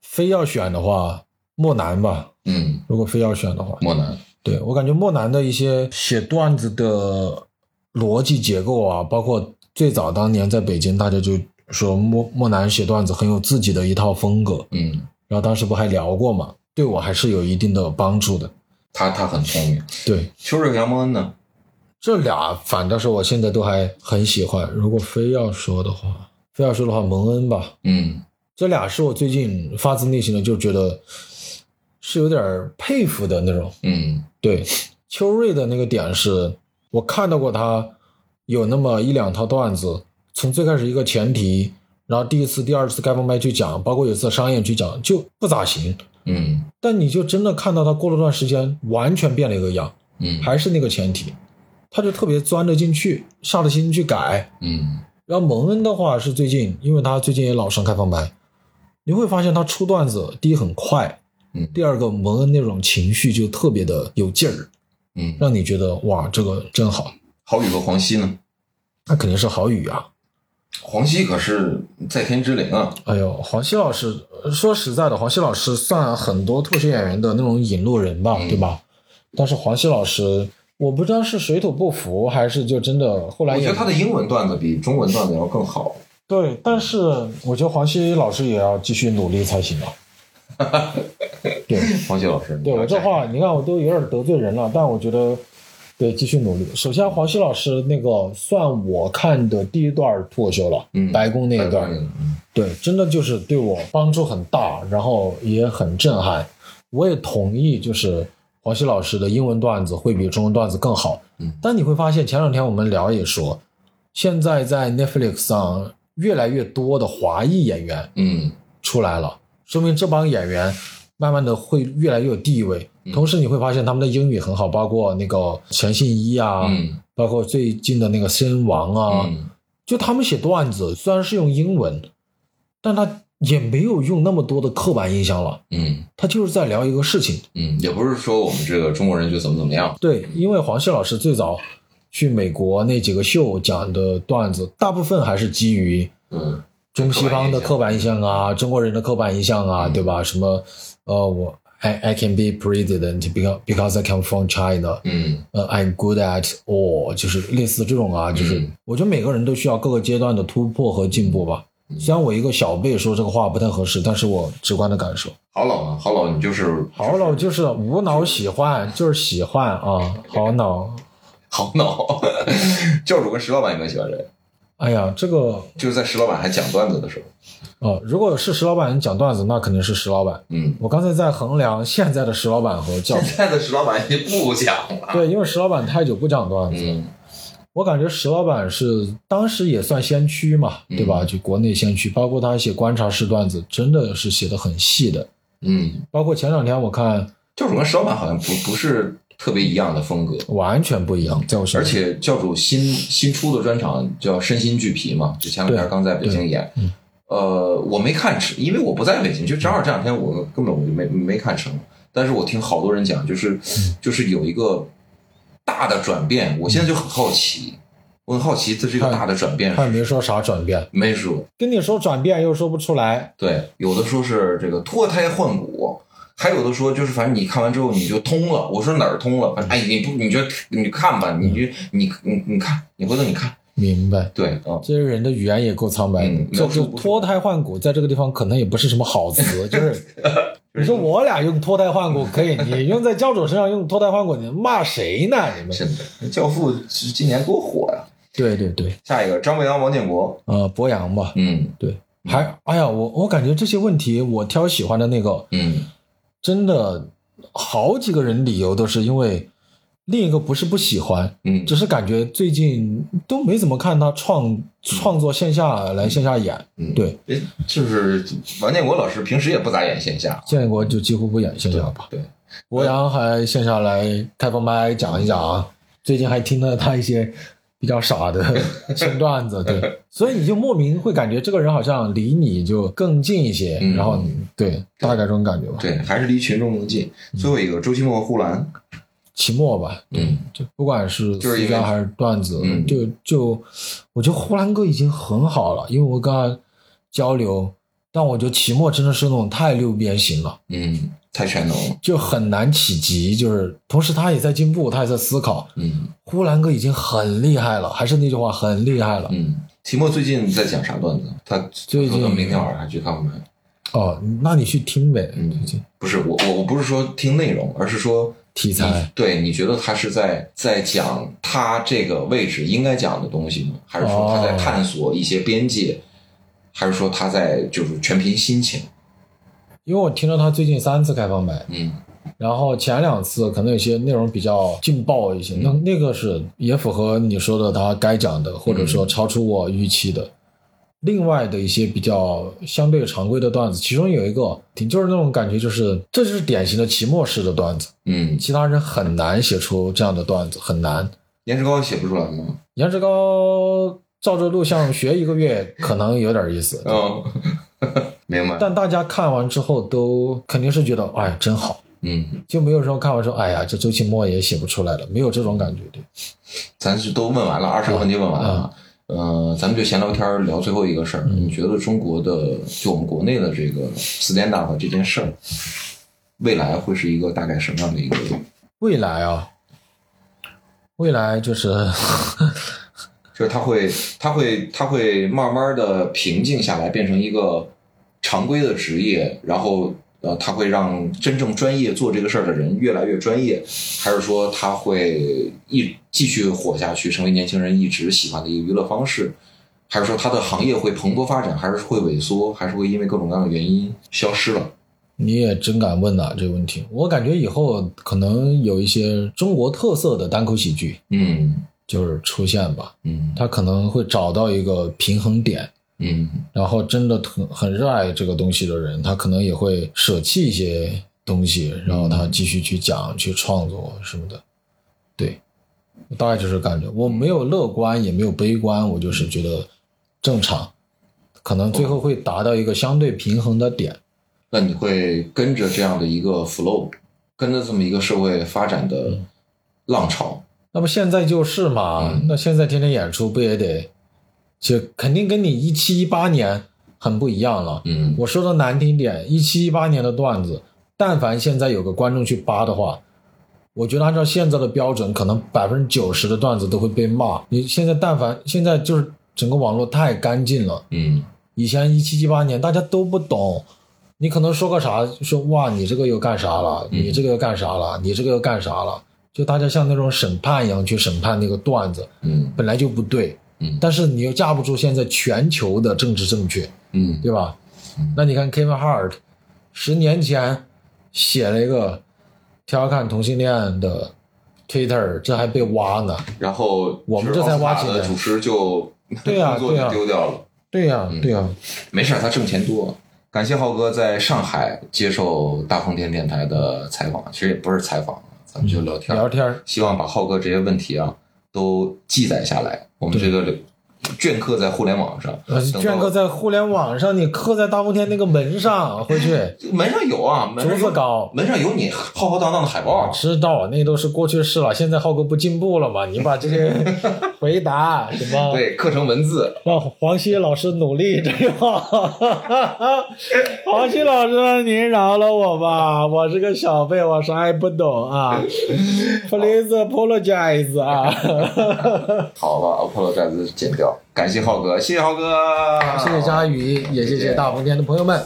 Speaker 4: 非要选的话，莫南吧。
Speaker 3: 嗯，
Speaker 4: 如果非要选的话，
Speaker 3: 漠南，
Speaker 4: 对我感觉莫南的一些写段子的逻辑结构啊，包括最早当年在北京大家就说莫莫南写段子很有自己的一套风格，
Speaker 3: 嗯，
Speaker 4: 然后当时不还聊过嘛，对我还是有一定的帮助的。
Speaker 3: 他他很聪明。
Speaker 4: 对，
Speaker 3: 秋水和杨蒙恩呢？
Speaker 4: 这俩反倒是我现在都还很喜欢。如果非要说的话，非要说的话，蒙恩吧，
Speaker 3: 嗯
Speaker 4: 这俩是我最近发自内心的就觉得是有点儿佩服的那种。
Speaker 3: 嗯
Speaker 4: 对，秋瑞的那个点是，我看到过他有那么一两套段子，从最开始一个前提，然后第一次、第二次开放麦去讲，包括有一次商演去讲，就不咋行。
Speaker 3: 嗯
Speaker 4: 但你就真的看到他过了段时间，完全变了一个样，
Speaker 3: 嗯
Speaker 4: 还是那个前提，他就特别钻得进去，下了心去改，
Speaker 3: 嗯
Speaker 4: 然后蒙恩的话是最近，因为他最近也老上开放麦，你会发现他出段子，第一很快，
Speaker 3: 嗯
Speaker 4: 第二个蒙恩那种情绪就特别的有劲儿，
Speaker 3: 嗯，
Speaker 4: 让你觉得哇，这个真好。
Speaker 3: 郝宇和黄西呢？
Speaker 4: 那肯定是郝宇啊！
Speaker 3: 黄西可是在天之灵啊。
Speaker 4: 哎呦，黄西老师，呃说实在的，黄西老师算很多脱口秀演员的那种引路人吧，
Speaker 3: 嗯
Speaker 4: 对吧？但是黄西老师，我不知道是水土不服，还是就真的后来
Speaker 3: 我
Speaker 4: 也
Speaker 3: 觉得他的英文段子比中文段子要更好。
Speaker 4: 对，但是我觉得黄西老师也要继续努力才行啊。对，
Speaker 3: 黄西老师，你
Speaker 4: 对我这话，你看我都有点得罪人了，但我觉得得继续努力。首先，黄西老师那个算我看的第一段脱口秀了，
Speaker 3: 嗯
Speaker 4: 白宫那
Speaker 3: 段
Speaker 4: 一段，，对，真的就是对我帮助很大，然后也很震撼。我也同意，就是黄西老师的英文段子会比中文段子更好。
Speaker 3: 嗯
Speaker 4: 但你会发现，前两天我们聊也说，现在在 Netflix 上越来越多的华裔演员
Speaker 3: 嗯
Speaker 4: 出来了，说明这帮演员慢慢的会越来越有地位。
Speaker 3: 嗯
Speaker 4: 同时你会发现他们的英语很好，包括那个陈信一啊，
Speaker 3: 嗯
Speaker 4: 包括最近的那个森王啊，
Speaker 3: 嗯
Speaker 4: 就他们写段子虽然是用英文，但他也没有用那么多的刻板印象了，
Speaker 3: 嗯
Speaker 4: 他就是在聊一个事情。
Speaker 3: 嗯，也不是说我们这个中国人就怎么怎么样。
Speaker 4: 对，因为黄旭老师最早去美国那几个秀讲的段子，大部分还是基于
Speaker 3: 嗯
Speaker 4: 中西方的刻板印象啊，中国人的刻板印象啊，对吧？什么呃，我 I I can be president because because I come from China，
Speaker 3: 嗯
Speaker 4: 呃、i m good at all，就是类似这种啊，就是、
Speaker 3: 嗯
Speaker 4: 我觉得每个人都需要各个阶段的突破和进步吧。虽然我一个小辈说这个话不太合适，但是我直观的感受。
Speaker 3: 郝老呢？郝啊老，你就是
Speaker 4: 好脑就是无脑喜欢，就是喜欢啊，好脑。
Speaker 3: 好脑。 教主跟石老板，你更喜欢谁？
Speaker 4: 哎呀，这个
Speaker 3: 就是在石老板还讲段子的时候。
Speaker 4: 呃，如果是石老板讲段子，那肯定是石老板。
Speaker 3: 嗯，
Speaker 4: 我刚才在衡量现在的石老板和教 主
Speaker 3: 现，在的石老板已经不讲了。
Speaker 4: 对，因为石老板太久不讲段子，
Speaker 3: 嗯
Speaker 4: 我感觉石老板是当时也算先驱嘛，
Speaker 3: 嗯
Speaker 4: 对吧？就国内先驱，包括他写观察式段子，真的是写的很细的。
Speaker 3: 嗯，
Speaker 4: 包括前两天我看
Speaker 3: 教主跟石老板好像不不是特别一样的风格。
Speaker 4: 完全不一样，在我身
Speaker 3: 而
Speaker 4: 边，
Speaker 3: 且教主新新出的专场叫《身心俱疲》嘛，就前两天
Speaker 4: 对
Speaker 3: 刚在北京演
Speaker 4: 嗯。
Speaker 3: 呃，我没看成，因为我不在北京，就正好这两天我根本我就没没看成。但是我听好多人讲，就是
Speaker 4: 嗯
Speaker 3: 就是有一个大的转变，我现在就很好奇，我很好奇这是一个
Speaker 4: 看
Speaker 3: 大的转变
Speaker 4: 他也
Speaker 3: 是
Speaker 4: 没说啥转变，
Speaker 3: 没说，
Speaker 4: 跟你说转变又说不出来。
Speaker 3: 对，有的说是这个脱胎换骨，还有的说就是反正你看完之后你就通了。我说哪儿通了？反正哎，你不你就你看吧，你就你你你看，你回头你看，
Speaker 4: 明白，
Speaker 3: 对啊。
Speaker 4: 这些人的语言也够苍白的
Speaker 3: 嗯，
Speaker 4: 就
Speaker 3: 描述
Speaker 4: 就
Speaker 3: 不出
Speaker 4: 脱胎换骨，在这个地方可能也不是什么 好词，就是。你说我俩用脱胎换骨可以，你用在教主身上用脱胎换骨，你骂谁呢？你们
Speaker 3: 真的，《教父》是今年多火呀、
Speaker 4: 对对对，
Speaker 3: 下一个张博洋、王建国，
Speaker 4: 呃，博洋吧，
Speaker 3: 嗯
Speaker 4: 对，还哎呀，我我感觉这些问题，我挑喜欢的那个，
Speaker 3: 嗯
Speaker 4: 真的好几个人理由都是因为另一个不是不喜欢，
Speaker 3: 嗯
Speaker 4: 只是感觉最近都没怎么看他创创作线下来线下演，
Speaker 3: 嗯，
Speaker 4: 对，
Speaker 3: 哎，就是王建国老师平时也不咋演线下，
Speaker 4: 建国就几乎不演线下吧。
Speaker 3: 对，
Speaker 4: 博洋还线下来开放麦讲一讲，最近还听了他一些比较傻的新段 子，对，所以你就莫名会感觉这个人好像离你就更近一些，
Speaker 3: 嗯
Speaker 4: 然后你对，大概这种感觉吧。
Speaker 3: 对，还是离群众更近。最后一个周奇墨和呼兰，
Speaker 4: 期末吧，
Speaker 3: 嗯，
Speaker 4: 就不管是
Speaker 3: 就是因
Speaker 4: 私
Speaker 3: 为
Speaker 4: 家还是段子，
Speaker 3: 嗯
Speaker 4: 就就我觉得呼兰哥已经很好了，因为我跟他交流，但我觉得期末真的是那种太六边形了。
Speaker 3: 嗯，太全能了，
Speaker 4: 就很难企及，就是同时他也在进步，他也在思考。
Speaker 3: 嗯
Speaker 4: 呼兰哥已经很厉害了，还是那句话，很厉害了。
Speaker 3: 嗯，提莫最近在讲啥段子？他
Speaker 4: 最近
Speaker 3: 说等明天晚上还去看不看？
Speaker 4: 哦，那你去听呗，
Speaker 3: 嗯
Speaker 4: 最近
Speaker 3: 不是我我我不是说听内容，而是说
Speaker 4: 题材
Speaker 3: 你对，你觉得他是在在讲他这个位置应该讲的东西吗？还是说他在
Speaker 4: 哦
Speaker 3: 探索一些边界？还是说他在就是全凭心情？
Speaker 4: 因为我听说他最近三次开放麦，
Speaker 3: 嗯
Speaker 4: 然后前两次可能有些内容比较劲爆一些，那那个是也符合你说的他该讲的，或者说超出我预期的。另外的一些比较相对常规的段子，其中有一个挺就是那种感觉，就是这就是典型的期末式的段子，
Speaker 3: 嗯，
Speaker 4: 其他人很难写出这样的段子，很难。
Speaker 3: 颜值高写不出来吗？
Speaker 4: 颜值高照着录像学一个月，可能有点意思，
Speaker 3: 哦， 明白。
Speaker 4: 但大家看完之后都肯定是觉得，哎，真好。
Speaker 3: 嗯，
Speaker 4: 就没有说看完说，哎呀，这周奇墨也写不出来了，没有这种感觉的。
Speaker 3: 咱是都问完了，二十个问题问完了。呃，咱们就闲聊天儿聊最后一个事儿。你觉得中国的就我们国内的这个 stand up 这件事儿，未来会是一个大概什么样的一个？
Speaker 4: 未来啊，未来就是，
Speaker 3: 就是它会，它会，它会慢慢的平静下来，变成一个常规的职业，然后呃，它会让真正专业做这个事儿的人越来越专业，还是说它会一继续火下去，成为年轻人一直喜欢的一个娱乐方式？还是说它的行业会蓬勃发展，还是会萎缩，还是会因为各种各样的原因消失了？
Speaker 4: 你也真敢问呐、这个问题。我感觉以后可能有一些中国特色的单口喜剧
Speaker 3: 嗯
Speaker 4: 就是出现吧，
Speaker 3: 嗯
Speaker 4: 他可能会找到一个平衡点，
Speaker 3: 嗯
Speaker 4: 然后真的很很热爱这个东西的人，他可能也会舍弃一些东西，然后他继续去讲、去创作什么的。对，我大概就是感觉，我没有乐观，也没有悲观，我就是觉得正常，可能最后会达到一个相对平衡的点。
Speaker 3: 那你会跟着这样的一个 flow，跟着这么一个社会发展的浪潮，
Speaker 4: 那么现在就是嘛，
Speaker 3: 嗯
Speaker 4: 那现在天天演出不也得，就肯定跟你一七一八年很不一样了。
Speaker 3: 嗯
Speaker 4: 我说的难听点，一七一八年的段子，但凡现在有个观众去扒的话，我觉得按照现在的标准，可能百分之九十的段子都会被骂。你现在但凡现在就是整个网络太干净了，
Speaker 3: 嗯
Speaker 4: 以前一七一八年大家都不懂，你可能说个啥，说哇你这个又干啥了，
Speaker 3: 嗯
Speaker 4: 你这个又干啥了，你这个又干啥了，就大家像那种审判一样去审判那个段子，
Speaker 3: 嗯
Speaker 4: 本来就不对，
Speaker 3: 嗯
Speaker 4: 但是你又架不住现在全球的政治正确，
Speaker 3: 嗯
Speaker 4: 对吧？那你看 Kevin Hart，十年前写了一个调侃同性恋的 Twitter，这还被挖呢。
Speaker 3: 然后
Speaker 4: 我们这才挖起来
Speaker 3: 的主持就
Speaker 4: 对呀
Speaker 3: 工作
Speaker 4: 对
Speaker 3: 就
Speaker 4: 啊呀
Speaker 3: 丢掉了。
Speaker 4: 对呀、对呀、
Speaker 3: 没事儿，他挣钱多。感谢浩哥在上海接受大风天电台的采访，其实也不是采访，啊咱们就聊天儿
Speaker 4: 嗯聊天儿
Speaker 3: 希望把浩哥这些问题啊都记载下来，我们这个镌刻在互联网上。
Speaker 4: 呃
Speaker 3: 等
Speaker 4: 卷
Speaker 3: 到
Speaker 4: 哥在互联网上，你刻在大风天那个门上，回去
Speaker 3: 门上有啊，门
Speaker 4: 竹
Speaker 3: 上有
Speaker 4: 子高。
Speaker 3: 门上有你浩浩荡荡的海报啊。
Speaker 4: 知道那都是过去式了，现在浩哥不进步了嘛？你把这些回答什么
Speaker 3: 对，刻成文字，
Speaker 4: 让黄西老师努力， 这样。黄西老师，您饶了我吧， 我是个小辈，我啥也不懂 啊。Please apologize 啊。
Speaker 3: 好吧，Apollo 再次剪掉。感谢浩哥，谢谢浩哥，
Speaker 4: 谢谢佳宇，也谢谢大风天的朋友们，